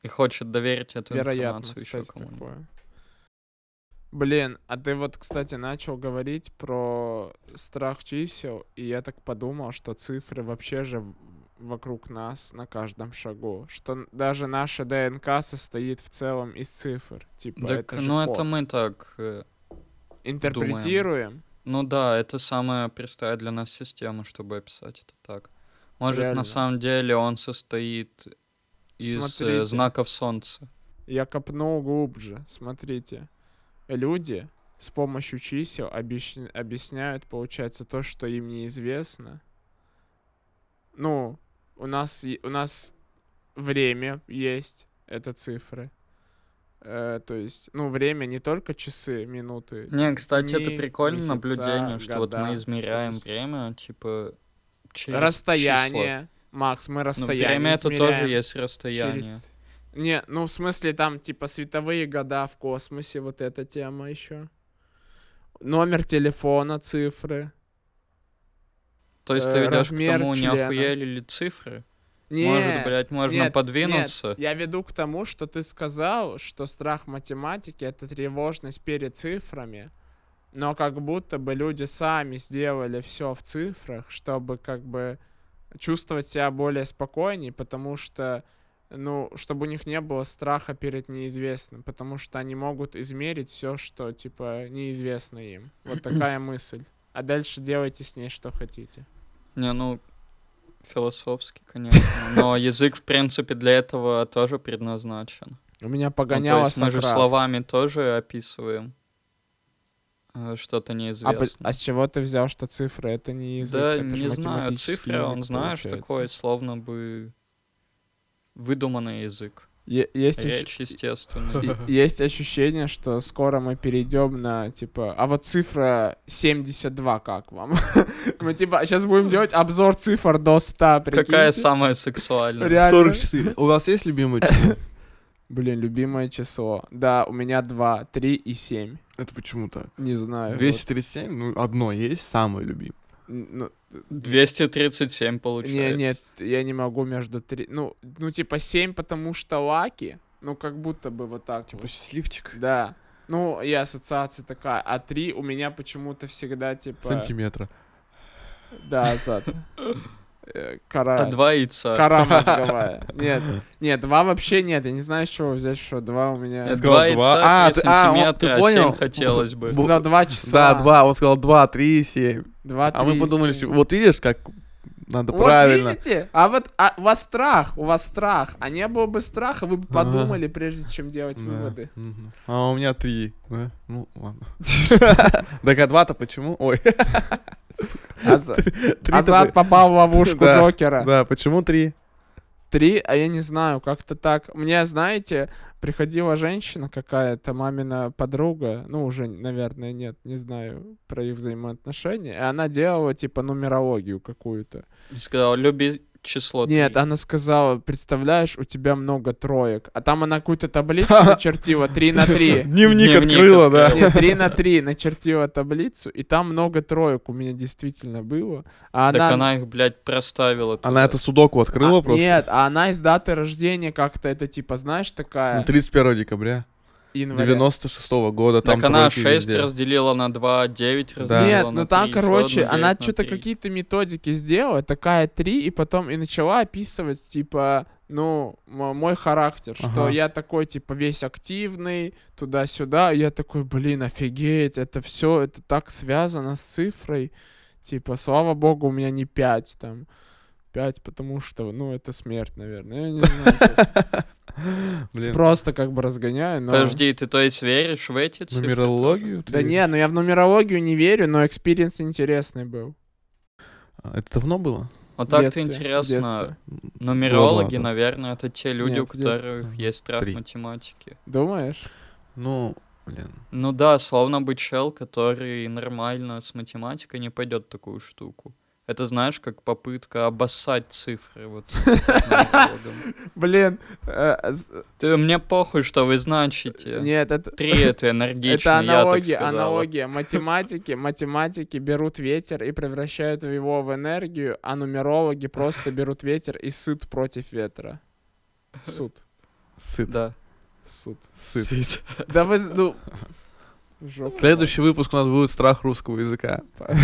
S3: и хочет доверить эту
S1: Вероятно,
S3: информацию еще
S1: кстати,
S3: кому-нибудь.
S1: такое. Блин, а ты вот, кстати, начал говорить про страх чисел, и я так подумал, что цифры вообще же в- вокруг нас на каждом шагу, что н- даже наша ДНК состоит в целом из цифр, типа
S3: Так,
S1: это же
S3: ну это
S1: код.
S3: мы так... э,
S1: интерпретируем.
S3: Ну да, это самая простая для нас система, чтобы описать это так. Может,
S1: Реально.
S3: на самом деле он состоит из э,
S1: Смотрите.
S3: знаков солнца.
S1: Я копнул глубже, смотрите. Люди с помощью чисел обещ- объясняют, получается, то, что им неизвестно. Ну, у нас, е- у нас время есть, это цифры. Э, то есть, ну, время не только часы, минуты.
S3: Не, кстати, это
S1: Дни,
S3: прикольное
S1: месяца,
S3: наблюдение, что вот
S1: года,
S3: мы
S1: то
S3: измеряем
S1: есть
S3: время, типа, через числа.
S1: Расстояние. Макс, мы
S3: Ну,
S1: расстояние
S3: время это
S1: измеряем.
S3: тоже есть расстояние.
S1: Через- Не, ну в смысле там типа световые года в космосе, вот эта тема еще. Номер телефона, цифры.
S3: То есть
S1: э,
S3: ты ведешь к
S1: размер
S3: тому, не
S1: члена.
S3: охуели ли цифры?
S1: Не,
S3: Может, блядь, можно
S1: нет,
S3: подвинуться?
S1: нет, я веду к тому, что ты сказал, что страх математики — это тревожность перед цифрами, но как будто бы люди сами сделали все в цифрах, чтобы как бы чувствовать себя более спокойней, потому что, ну, чтобы у них не было страха перед неизвестным, потому что они могут измерить все, что, типа, неизвестно им. Вот такая мысль. а дальше делайте с ней что хотите.
S3: Не, ну, философски, конечно. Но язык, в принципе, для этого тоже предназначен.
S1: У меня
S3: Ну, то
S1: погоняло
S3: есть мы же
S1: Сократ.
S3: словами тоже описываем э, что-то
S1: А, по-
S3: неизвестное.
S1: а с чего ты взял, что цифры это не язык?
S3: да,
S1: это ж
S3: не знаю,
S1: математический
S3: цифры,
S1: язык
S3: он знаешь,
S1: получается.
S3: такой, словно бы выдуманный язык.
S1: Е- есть, ощ-
S3: Речь, естественно.
S1: и- есть ощущение, что скоро мы перейдем на, типа, а вот цифра 72 как вам? Мы, типа, сейчас будем делать обзор цифр до 100,
S3: Какая
S1: прикиньте.
S3: самая сексуальная?
S1: Реально.
S2: 44. У вас есть любимый число?
S1: Блин, любимое число. Да, у меня 2, 3 и 7.
S2: Это почему так?
S1: Не знаю. А, вот.
S2: 237? Ну, одно есть, самое любимое.
S1: Ну,
S3: 237
S1: не,
S3: получается.
S1: нет, я не могу между 3... Ну, ну, типа 7, потому что лаки. Ну, как будто бы вот так вот.
S2: Типа счастливчик.
S1: Да. Ну, и ассоциация такая. А 3 у меня почему-то всегда, типа...
S2: Сантиметра.
S1: Да, зад. Э, Кора...
S3: А два яйца.
S1: Кора мозговая. Нет, нет, два вообще нет. Я не знаю, с чего взять, что два у меня...
S3: Э,
S2: сказал
S3: Два
S2: два.
S3: яйца,
S2: А,
S3: три
S2: ты- а, он- ты
S3: сантиметра,
S2: понял?
S3: семь хотелось бы.
S2: Бу-
S1: За два часа.
S2: Да, два, он сказал два, три, семь.
S1: Два,
S2: А мы
S1: три,
S2: подумали,
S1: семь.
S2: что- вот видишь, как надо
S1: Вот
S2: правильно.
S1: видите? А вот а, у вас страх, у вас страх. А не было бы страха, вы бы
S2: Ага.
S1: подумали, прежде чем делать выводы.
S2: Да. Мгм. А у меня три. Да? Ну, ладно. Так а два-то почему? Ой,
S1: Аза-
S2: три-то
S1: Азат
S2: бы-
S1: попал в ловушку
S2: Да,
S1: Джокера.
S2: Да, почему три?
S1: Три, а я не знаю, как-то так. Мне, знаете, приходила женщина какая-то, мамина подруга, ну уже, наверное, нет, не знаю про их взаимоотношения, и она делала, типа, нумерологию какую-то.
S3: И Сказал, люби число
S1: Нет, а
S3: три».
S1: она сказала, представляешь, у тебя много троек. А там она какую-то таблицу начертила 3 на 3.
S2: Дневник
S3: Дневник
S2: открыла, да.
S3: открыла.
S1: Нет, 3 на 3 начертила таблицу, и там много троек у меня действительно было. А
S3: Так
S1: она...
S3: она их, блядь, проставила.
S2: Она это
S3: туда.
S2: судоку открыла
S1: А,
S2: просто?
S1: Нет, а она из даты рождения как-то это типа, знаешь,
S2: Ну,
S1: такая...
S2: 31 декабря
S1: января.
S2: 96 года. Там
S3: Так она
S2: тройки
S3: 6
S2: везде.
S3: разделила на 2, 9 разделила
S1: Нет,
S3: на
S1: ну там,
S3: три, ещё
S1: короче,
S3: одну
S1: она
S3: 9 на
S1: что-то
S3: три.
S1: какие-то методики сделала, такая три, и потом и начала описывать, типа, ну, м- мой характер, что
S2: Ага.
S1: я такой, типа, весь активный, туда-сюда, и я такой, блин, офигеть, это все, это так связано с цифрой, типа, слава богу, у меня не пять, там, пять, потому что, ну, это смерть, наверное, я не знаю, просто-
S2: Блин,
S1: просто как бы разгоняю, но...
S2: Ну.
S3: Подожди, ты то есть веришь в эти цифры?
S2: нумерологию?
S1: Да
S2: ты-
S1: не, ну я в нумерологию не верю, но экспириенс интересный был.
S2: А, Это давно было?
S3: Вот
S1: В
S3: Ну,
S1: детстве,
S3: так-то
S1: в детстве.
S3: интересно. Нумерологи,
S2: Ладно.
S3: наверное, это те люди,
S1: Нет,
S3: у
S1: в детстве.
S3: которых есть страх
S2: Три.
S3: математики.
S1: Думаешь?
S2: Ну, блин.
S3: Ну да, словно бы чел, который нормально с математикой не пойдет в такую штуку. Это, знаешь, как попытка обоссать цифры. Вот, нумерологам.
S1: Блин, э, з-
S3: Ты, мне похуй, что вы значите.
S1: нет, это,
S3: Три это
S1: это
S3: энергично, я так
S1: аналогия,
S3: сказал.
S1: аналогия. Математики, математики берут ветер и превращают его в энергию, а нумерологи просто берут ветер и сыт против ветра. Суд,
S2: Сыт.
S3: Да.
S1: суд.
S2: Сыт.
S3: Сыт.
S1: Да вы, з- ну... в жопу
S2: Следующий выпуск у нас будет страх русского языка.
S1: вас.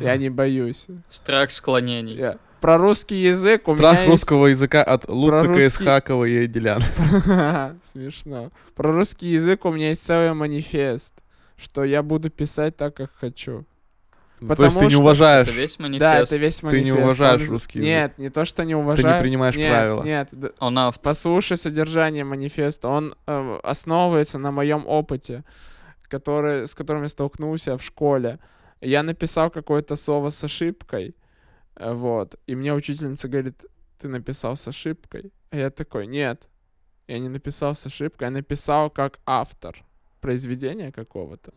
S1: Я не боюсь.
S3: Страх склонений.
S1: Я- Про русский язык у меня
S2: Страх
S1: есть-
S2: русского языка от Луцика
S1: русский-
S2: Исхакова и Деляна.
S1: Смешно. Про русский язык у меня есть целый манифест, что я буду писать так, как хочу.
S2: То есть
S1: Потому
S2: ты не
S1: что-
S2: уважаешь
S3: Это весь манифест.
S1: Да, это весь
S2: не
S1: манифест.
S2: уважаешь
S1: Он-
S2: русский язык.
S1: Нет, не то, что не уважаю.
S2: принимаешь
S1: Нет,
S2: правила.
S1: Нет, д-
S3: Он автор.
S1: послушай содержание манифеста. Он э, основывается на моем опыте, который, с которым я столкнулся в школе. Я написал какое-то слово с ошибкой, э, вот, и мне учительница говорит, ты написал с ошибкой. А я такой, нет, я не написал с ошибкой, я написал как автор произведения какого-то.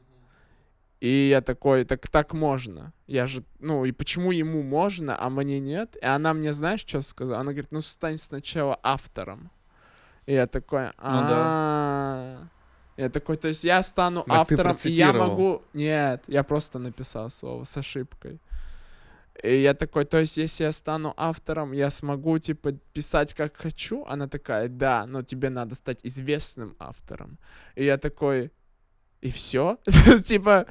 S1: И я такой, так так можно. Я же, ну, и почему ему можно, а мне нет? И она мне, знаешь, что сказала? Она говорит, ну, стань сначала автором. И я такой, а Я такой, то есть я стану
S2: Так ты
S1: автором, и я
S2: процитировал.
S1: могу... Нет, я просто написал слово с ошибкой. И я такой, то есть если я стану автором, я смогу, типа, писать как хочу? Она такая, да, но тебе надо стать известным автором. И я такой, и все? Типа,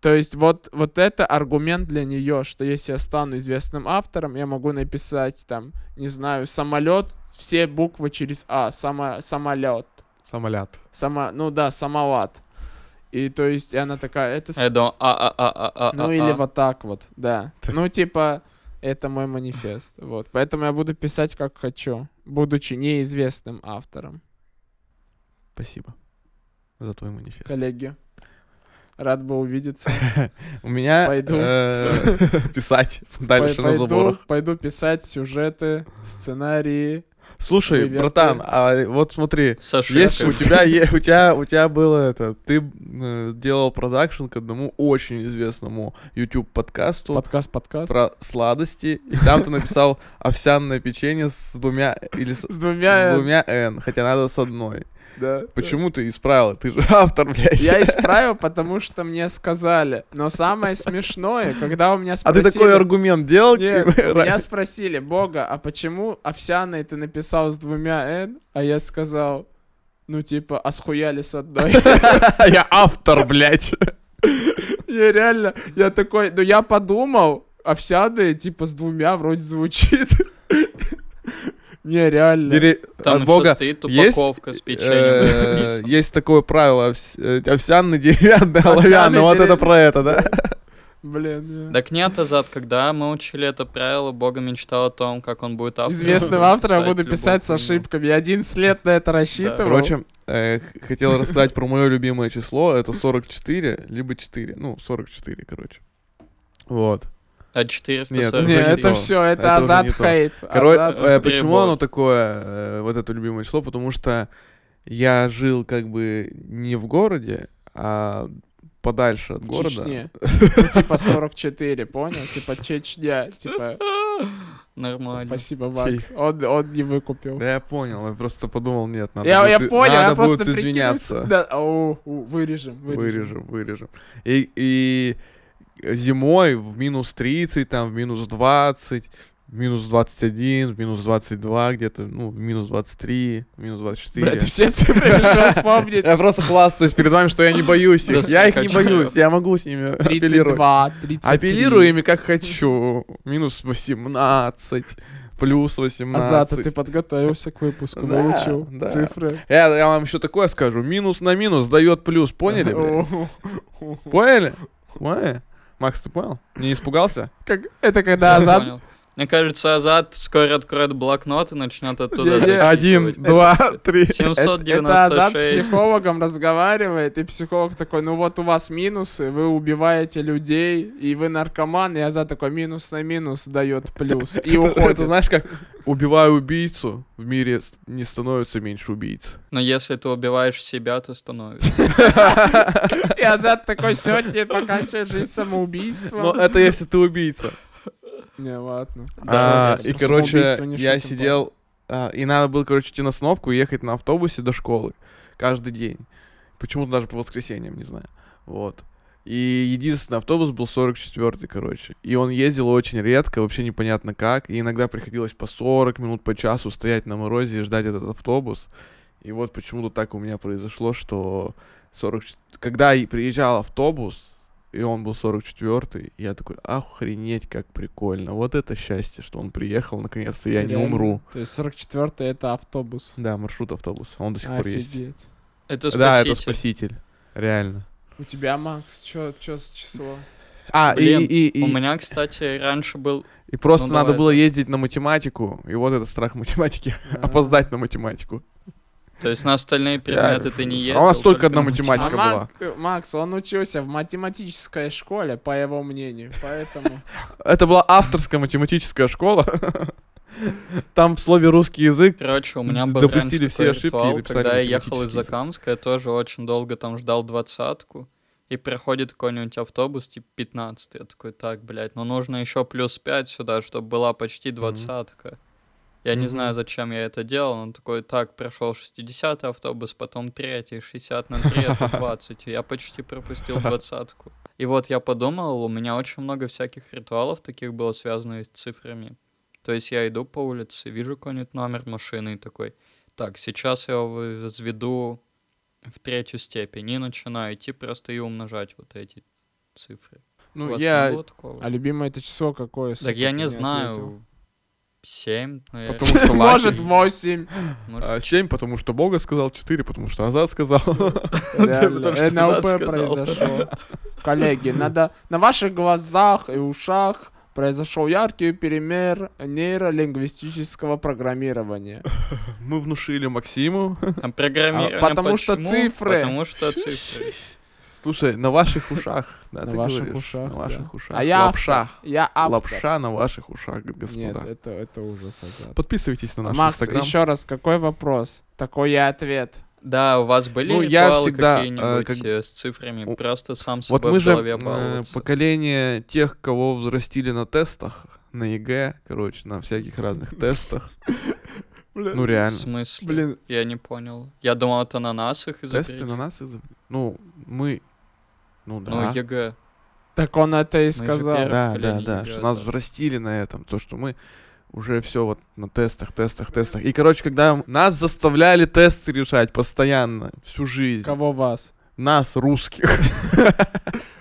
S1: то есть вот, вот это аргумент для нее, что если я стану известным автором, я могу написать там, не знаю, самолет, все буквы через А, само, самолет,
S2: самолет.
S1: сама, ну да, самолет. И то есть она такая, это... с-
S2: Э,
S3: I don't- а, а, а, а, а,
S1: Ну
S3: а,
S1: или
S3: а.
S1: вот так вот, да.
S2: Так.
S1: Ну типа, это мой манифест. Вот. Поэтому я буду писать как хочу, будучи неизвестным автором.
S2: Спасибо за твой манифест.
S1: Коллеги, рад был увидеться.
S2: У меня
S1: Пойду.
S2: э, писать дальше
S1: Пой-
S2: на
S1: пойду-
S2: заборах.
S1: Пойду писать сюжеты, сценарии.
S2: Слушай,
S1: Привет,
S2: братан,
S1: привет.
S2: а вот смотри,
S3: Саша,
S2: если у
S3: Яков.
S2: тебя, е- у тебя, у тебя было это, ты э, делал продакшн к одному очень известному YouTube подкасту
S1: Подкаст, подкаст.
S2: про сладости, и там ты написал овсяное печенье с двумя или с,
S1: С
S2: с
S1: двумя...
S2: двумя N, хотя надо с одной.
S1: да.
S2: Почему ты исправил? Ты же автор, блядь.
S1: э, Я исправил, потому что мне сказали. Но самое смешное, когда у меня
S2: А
S1: спросили...
S2: ты такой аргумент делал?
S1: Нет,
S2: типа,
S1: меня спросили, Бога, а почему овсяный ты написал с двумя «н», а я сказал, ну типа, а схуяли с одной.
S2: а Я автор, блядь.
S1: Я реально, я такой, ну я подумал, овсяные типа с двумя вроде звучит. Не, реально.
S2: Дере-
S3: Там
S2: От
S3: еще
S2: бога.
S3: стоит
S2: есть,
S3: упаковка с печеньем.
S2: Э,
S3: написано.
S2: Есть такое правило, овс- э, овсяный, деревянный, оловянный, вот это
S1: деревянный.
S2: про это, да?
S1: Блин. я-
S3: Так нет, Азат, когда мы учили это правило, Бога мечтал о том, как он будет автором.
S1: Известным
S3: будет
S1: автором я буду
S3: любую
S1: писать с
S3: хуйню.
S1: ошибками. Я 11 лет на это рассчитывал.
S2: Впрочем, э, х- хотел рассказать про мое любимое число, это 44, либо 4, ну, 44, короче. Вот.
S3: А 400
S2: Нет,
S1: Не,
S2: уже не
S1: это
S2: то.
S1: все, это
S2: Это уже
S1: Азат
S2: не то.
S1: хейт.
S2: Коро-
S1: Азат-
S2: э, почему
S3: Перебор.
S2: оно такое, э, вот это любимое число? Потому что я жил как бы не в городе, а подальше от
S1: В
S2: города.
S1: Чечне. Ну, типа 44, понял? Типа Чечня. Типа,
S3: Нормально.
S1: спасибо, Макс. Он, он не выкупил.
S2: Да я понял, я просто подумал, нет, надо
S1: Я, я
S2: будет-
S1: понял,
S2: надо
S1: я просто
S2: будет
S1: прикинулся.
S2: извиняться.
S1: Да, оу, у, вырежем, вырежем.
S2: Вырежем, вырежем. И, и зимой в минус 30, там, в минус 20, в минус 21, в минус 22 где-то, ну, в минус 23, в минус 24.
S1: Бля, ты все цифры решил вспомнить.
S2: Я просто хвастаюсь перед вами, что я не боюсь их.
S3: Да,
S2: Я их не
S3: сколько
S2: боюсь,
S3: часов?
S2: я могу с ними апеллировать.
S1: 32, 33.
S2: Апеллирую ими как хочу. Минус 18, плюс
S1: Азат, а ты
S2: 18.
S1: подготовился к выпуску,
S2: Да,
S1: научил
S2: да.
S1: цифры.
S2: Я, я вам еще такое скажу. Минус на минус дает плюс, поняли? блядь? Поняли? Поняли? Макс, ты понял? Не испугался?
S1: Как, это когда
S3: Я
S1: Азат...
S3: понял. Мне кажется, Азат скоро откроет блокнот и начнет оттуда
S1: Не-не.
S3: зачитывать.
S2: Один, два, три.
S1: Это Азат с
S3: 796.
S1: психологом разговаривает, и психолог такой, ну вот у вас минусы, вы убиваете людей, и вы наркоман, и Азат такой, минус на минус дает плюс, и
S2: Это-
S1: уходит.
S2: Это знаешь как, убивая убийцу, в мире с- не становится меньше убийц.
S3: Но если ты убиваешь себя, то становишься.
S1: И Азат такой, сегодня покончает жизнь
S2: Но
S1: самоубийством.
S2: Ну, это если ты убийца.
S1: Не, ладно.
S2: э, А,
S1: Жестко,
S2: и,
S1: про
S2: короче,
S1: самоубийство не
S2: я
S1: шутим,
S2: сидел... а, И надо было, короче, идти на остановку и ехать на автобусе до школы. Каждый день. Почему-то даже по воскресеньям, не знаю. Вот. И единственный автобус был 44-й, короче. И он ездил очень редко, вообще непонятно как. И иногда приходилось по 40 минут, по часу стоять на морозе и ждать этот автобус. И вот почему-то так у меня произошло, что 40... когда и приезжал автобус, и он был 44-й, я такой, охренеть, как прикольно. Вот это счастье, что он приехал, наконец-то я не
S1: Реально.
S2: умру.
S1: То есть 44 это автобус.
S2: Да, маршрут автобус, он до сих пор есть.
S1: Офигеть.
S3: Это
S2: Да, это
S3: А, спаситель.
S2: спаситель. Реально.
S1: У тебя, Макс, чё, чё с число?
S2: А, и-
S3: Блин,
S2: и, и,
S3: У
S2: и-
S3: меня, кстати, раньше был...
S2: и просто
S3: ну
S2: надо
S3: давай,
S2: было
S3: Жак.
S2: ездить на математику, и вот это страх математики, опоздать на математику.
S3: То есть на остальные предметы ты не
S2: А
S3: ездил.
S2: у нас только одна
S3: на
S1: А
S3: математику.
S2: математика была.
S1: Мак- э, Макс, он учился в математической школе, по его мнению, поэтому...
S2: Это была авторская математическая школа. Там в слове русский язык
S3: Короче, у меня был
S2: Допустили
S3: раньше
S2: все
S3: такой
S2: ошибки и
S3: ритуал,
S2: написали
S3: когда я ехал
S2: математический
S3: из
S2: язык.
S3: Закамска, я тоже очень долго там ждал двадцатку, и проходит какой-нибудь автобус, типа 15 я такой, так, блядь, но нужно еще плюс 5 сюда, чтобы была почти двадцатка. Я не
S2: Мгм.
S3: знаю, зачем я это делал, он такой, так, прошел 60-й автобус, потом третий, 60 на 3, это 20, и я почти пропустил двадцатку. И вот я подумал, у меня очень много всяких ритуалов таких было, связанных с цифрами. То есть я иду по улице, вижу какой-нибудь номер машины и такой, так, сейчас я его возведу в третью степень и начинаю идти просто и умножать вот эти цифры. У
S2: Ну,
S3: вас не
S2: я...
S3: было такого?
S1: А любимое это число какое? сука,
S3: Так я
S1: ты
S3: не
S1: ответил?
S3: знаю. Семь,
S2: Потому
S3: наверное.
S2: что
S1: Может,
S2: Латин-
S1: 8.
S3: Может,
S2: А, Семь, потому что Бога сказал, четыре, потому что Азат сказал.
S3: Ну,
S2: Ну, типа,
S3: потому что
S1: НЛП
S3: Назад сказал.
S1: произошло. Коллеги, надо на ваших глазах и ушах произошел яркий пример нейролингвистического программирования.
S2: Мы внушили Максиму.
S3: А программирование
S1: потому что
S3: почему?
S1: цифры.
S3: Потому что цифры.
S2: Слушай, на ваших ушах. Да,
S1: На
S2: ты
S1: ваших
S2: говоришь,
S1: ушах,
S2: На
S1: да.
S2: ваших ушах.
S1: А я
S2: Лапша.
S1: автор. Я автор.
S2: Лапша на ваших ушах,
S1: Нет,
S2: господа.
S1: это, это ужас. Азат.
S2: Подписывайтесь на наш
S1: Макс,
S2: инстаграм.
S1: еще раз, какой вопрос? Такой я ответ.
S3: Да, у вас были
S2: Ну, я
S3: ритуалы
S2: всегда, э,
S3: какие-нибудь
S2: как-
S3: э, с цифрами?
S2: У-
S3: Просто сам собой
S2: Вот мы
S3: в
S2: же
S3: голове
S2: э,
S3: баловаться.
S2: поколение тех, кого взрастили на тестах, на ЕГЭ, короче, на всяких разных тестах. Ну
S1: Блин,
S3: В
S2: реально.
S3: смысле?
S1: блин,
S3: Я не понял. Я думал, это на нас их
S2: Тесты
S3: изобрели.
S2: на нас изоб- Ну, мы... Ну
S3: Ну,
S2: да.
S3: ЕГЭ.
S1: так он это и
S3: же
S1: сказал.
S3: первые.
S2: Да, да,
S3: поколение
S2: да,
S3: ЕГЭ
S2: что нас
S3: за-
S2: взрастили на этом, то, что мы уже все вот на тестах, тестах, тестах. И, короче, когда нас заставляли тесты решать постоянно, всю жизнь,
S1: Кого вас?
S2: нас, русских,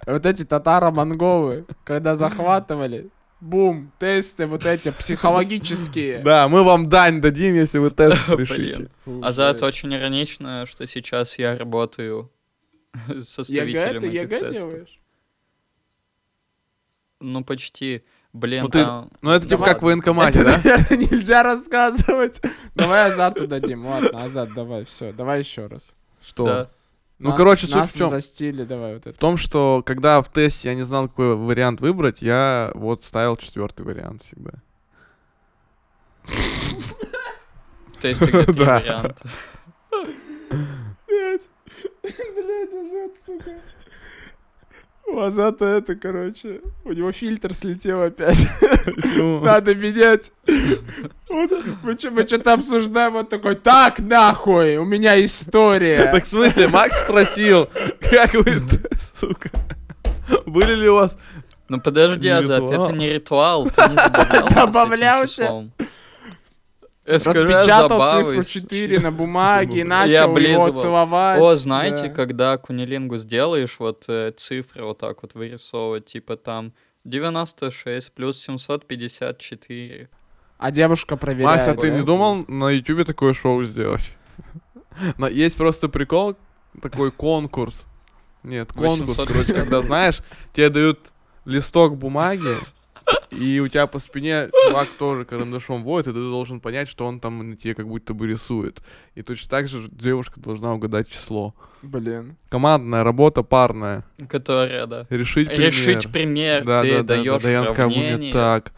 S1: Вот эти татаро-монголы, когда захватывали, бум, тесты вот эти психологические.
S2: да, мы вам дань дадим, если вы тест
S3: Блин.
S2: решите.
S1: Фу,
S3: А за это
S1: жесть.
S3: очень иронично, что сейчас я работаю
S1: ЕГЭ
S3: составителем
S1: ты
S3: этих
S1: ЕГЭ
S3: тестов.
S1: делаешь?
S3: Ну, почти. Блин,
S2: Ну, ты-
S3: а-
S2: Ну, это типа
S3: Да
S2: как в
S3: ладно.
S2: военкомате, да?
S1: наверное, нельзя рассказывать. Давай Азат туда, Дим. Ладно, Азат, давай, все, давай еще раз.
S2: Что?
S3: Да.
S2: Ну,
S1: Нас-
S2: короче, суть
S1: нас
S2: в чём?
S1: застили, давай вот
S2: В
S1: это.
S2: том, что когда в тесте я не знал, какой вариант выбрать, я вот ставил четвертый вариант всегда.
S3: В тесте где три
S2: Да.
S3: варианта.
S1: Блять, блять, Азат, сука. У Азата это, короче, у него фильтр слетел опять.
S2: Почему?
S1: Надо менять. Вот, мы чё- мы что-то обсуждаем, вот такой, так нахуй, у меня история.
S2: Так в смысле, Макс спросил, как вы, сука, были ли у вас...
S3: Ну, подожди,
S2: Не
S3: Азат, это
S2: ритуал.
S3: не ритуал. Ты не забавлялся с этим
S1: Забавлялся?
S3: числом. Я скажу, я
S1: Распечатал цифру
S3: забаваюсь.
S1: 4 на бумаге и начал его
S3: облизывал.
S1: целовать.
S3: О, знаете,
S1: Да.
S3: когда кунилингу сделаешь, вот э, цифры вот так вот вырисовывать, типа там 96 плюс 754.
S1: А девушка проверяет.
S2: Макс, а ты не
S1: да?
S2: думал на ютубе такое шоу сделать? Но Есть просто прикол, такой конкурс. Нет, конкурс,
S3: 800.
S2: короче, когда, знаешь, тебе дают листок бумаги, и у тебя по спине чувак тоже карандашом водит, и ты должен понять, что он там на тебе как будто бы рисует. И точно так же девушка должна угадать число.
S1: Блин. а
S2: Командная работа парная.
S3: Которая, да.
S2: Решить пример.
S3: Решить пример, ты даешь
S2: да, я такая, «Блин,
S3: сравнение
S2: Так,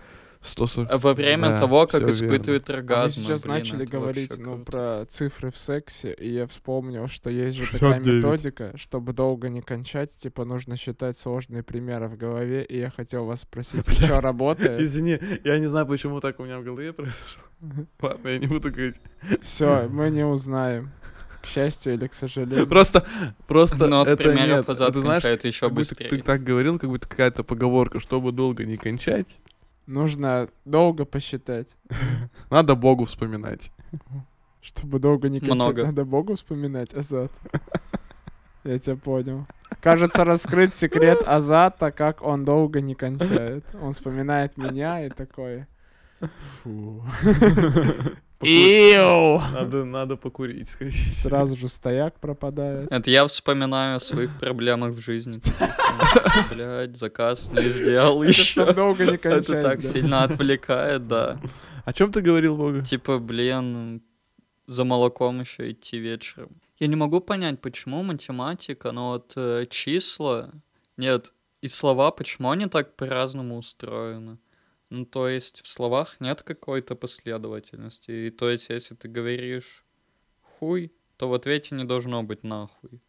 S2: 140.
S3: во время
S2: Да,
S3: того, как
S2: всё
S3: испытывает оргазм.
S1: Они А сейчас
S3: Блин,
S1: начали
S3: это
S1: говорить
S3: вообще
S1: ну,
S3: круто.
S1: про цифры в сексе, и я вспомнил, что есть же такая
S2: 69.
S1: методика, чтобы долго не кончать, типа нужно считать сложные примеры в голове, и я хотел вас спросить, что работает?
S2: Извини, я не знаю, почему так у меня в голове произошло. Ладно, я не буду говорить.
S1: Все, мы не узнаем. К счастью или к сожалению.
S2: Просто, просто
S3: Но Ну, от
S2: это нет.
S3: примеров Азат
S2: Ты знаешь,
S3: кончает еще
S2: как будто ты
S3: быстрее.
S2: так говорил, как будто какая-то поговорка, чтобы долго не кончать,
S1: Нужно долго посчитать.
S2: надо Богу вспоминать.
S1: Чтобы долго не кончать,
S3: Много.
S1: надо Богу вспоминать, Азат. Я тебя понял. Кажется, раскрыт секрет Азата, как он долго не кончает. Он вспоминает меня и такой... Фу. Иу!
S2: Надо, надо покурить, скорее.
S1: Сразу же стояк пропадает.
S3: Это я вспоминаю о своих проблемах в жизни. Блять, заказ не сделал
S1: Это чтоб
S3: еще.
S1: долго не
S3: Это так
S1: кончать. да.
S3: сильно отвлекает, да.
S2: О чем ты говорил, Богу?
S3: Типа, блин, за молоком еще идти вечером. Я не могу понять, почему математика, но вот э, числа, нет, и слова, почему они так по-разному устроены. Ну, то есть в словах нет какой-то последовательности. И то есть, если ты говоришь хуй, то в ответе не должно быть нахуй.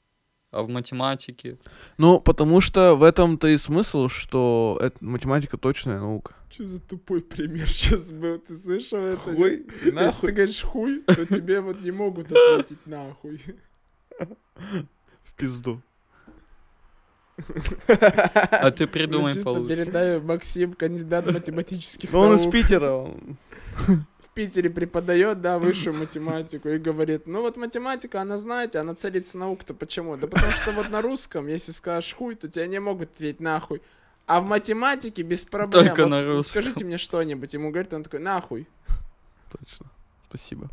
S3: А в математике...
S2: Ну, потому что в этом-то и смысл, что это математика точная наука.
S1: Что за тупой пример сейчас был? Ты слышал это? Если
S2: нахуй.
S1: ты говоришь хуй, то тебе вот не могут ответить нахуй.
S2: В пизду.
S3: А ты придумай
S1: Я Ну, чисто
S3: получше.
S1: передаю Максим, кандидат математических
S2: Да Ну, он из
S1: наук.
S2: Питера. он.
S1: В Питере преподает, да, высшую математику и говорит, ну вот математика, она, знаете, она царица наук-то почему? Да потому что вот на русском, если скажешь хуй, то тебя не могут ответить нахуй. А в математике без проблем.
S3: Только
S1: Вот
S3: на
S1: с-
S3: русском.
S1: Скажите мне что-нибудь. Ему говорит, он такой, нахуй.
S2: Точно. Спасибо.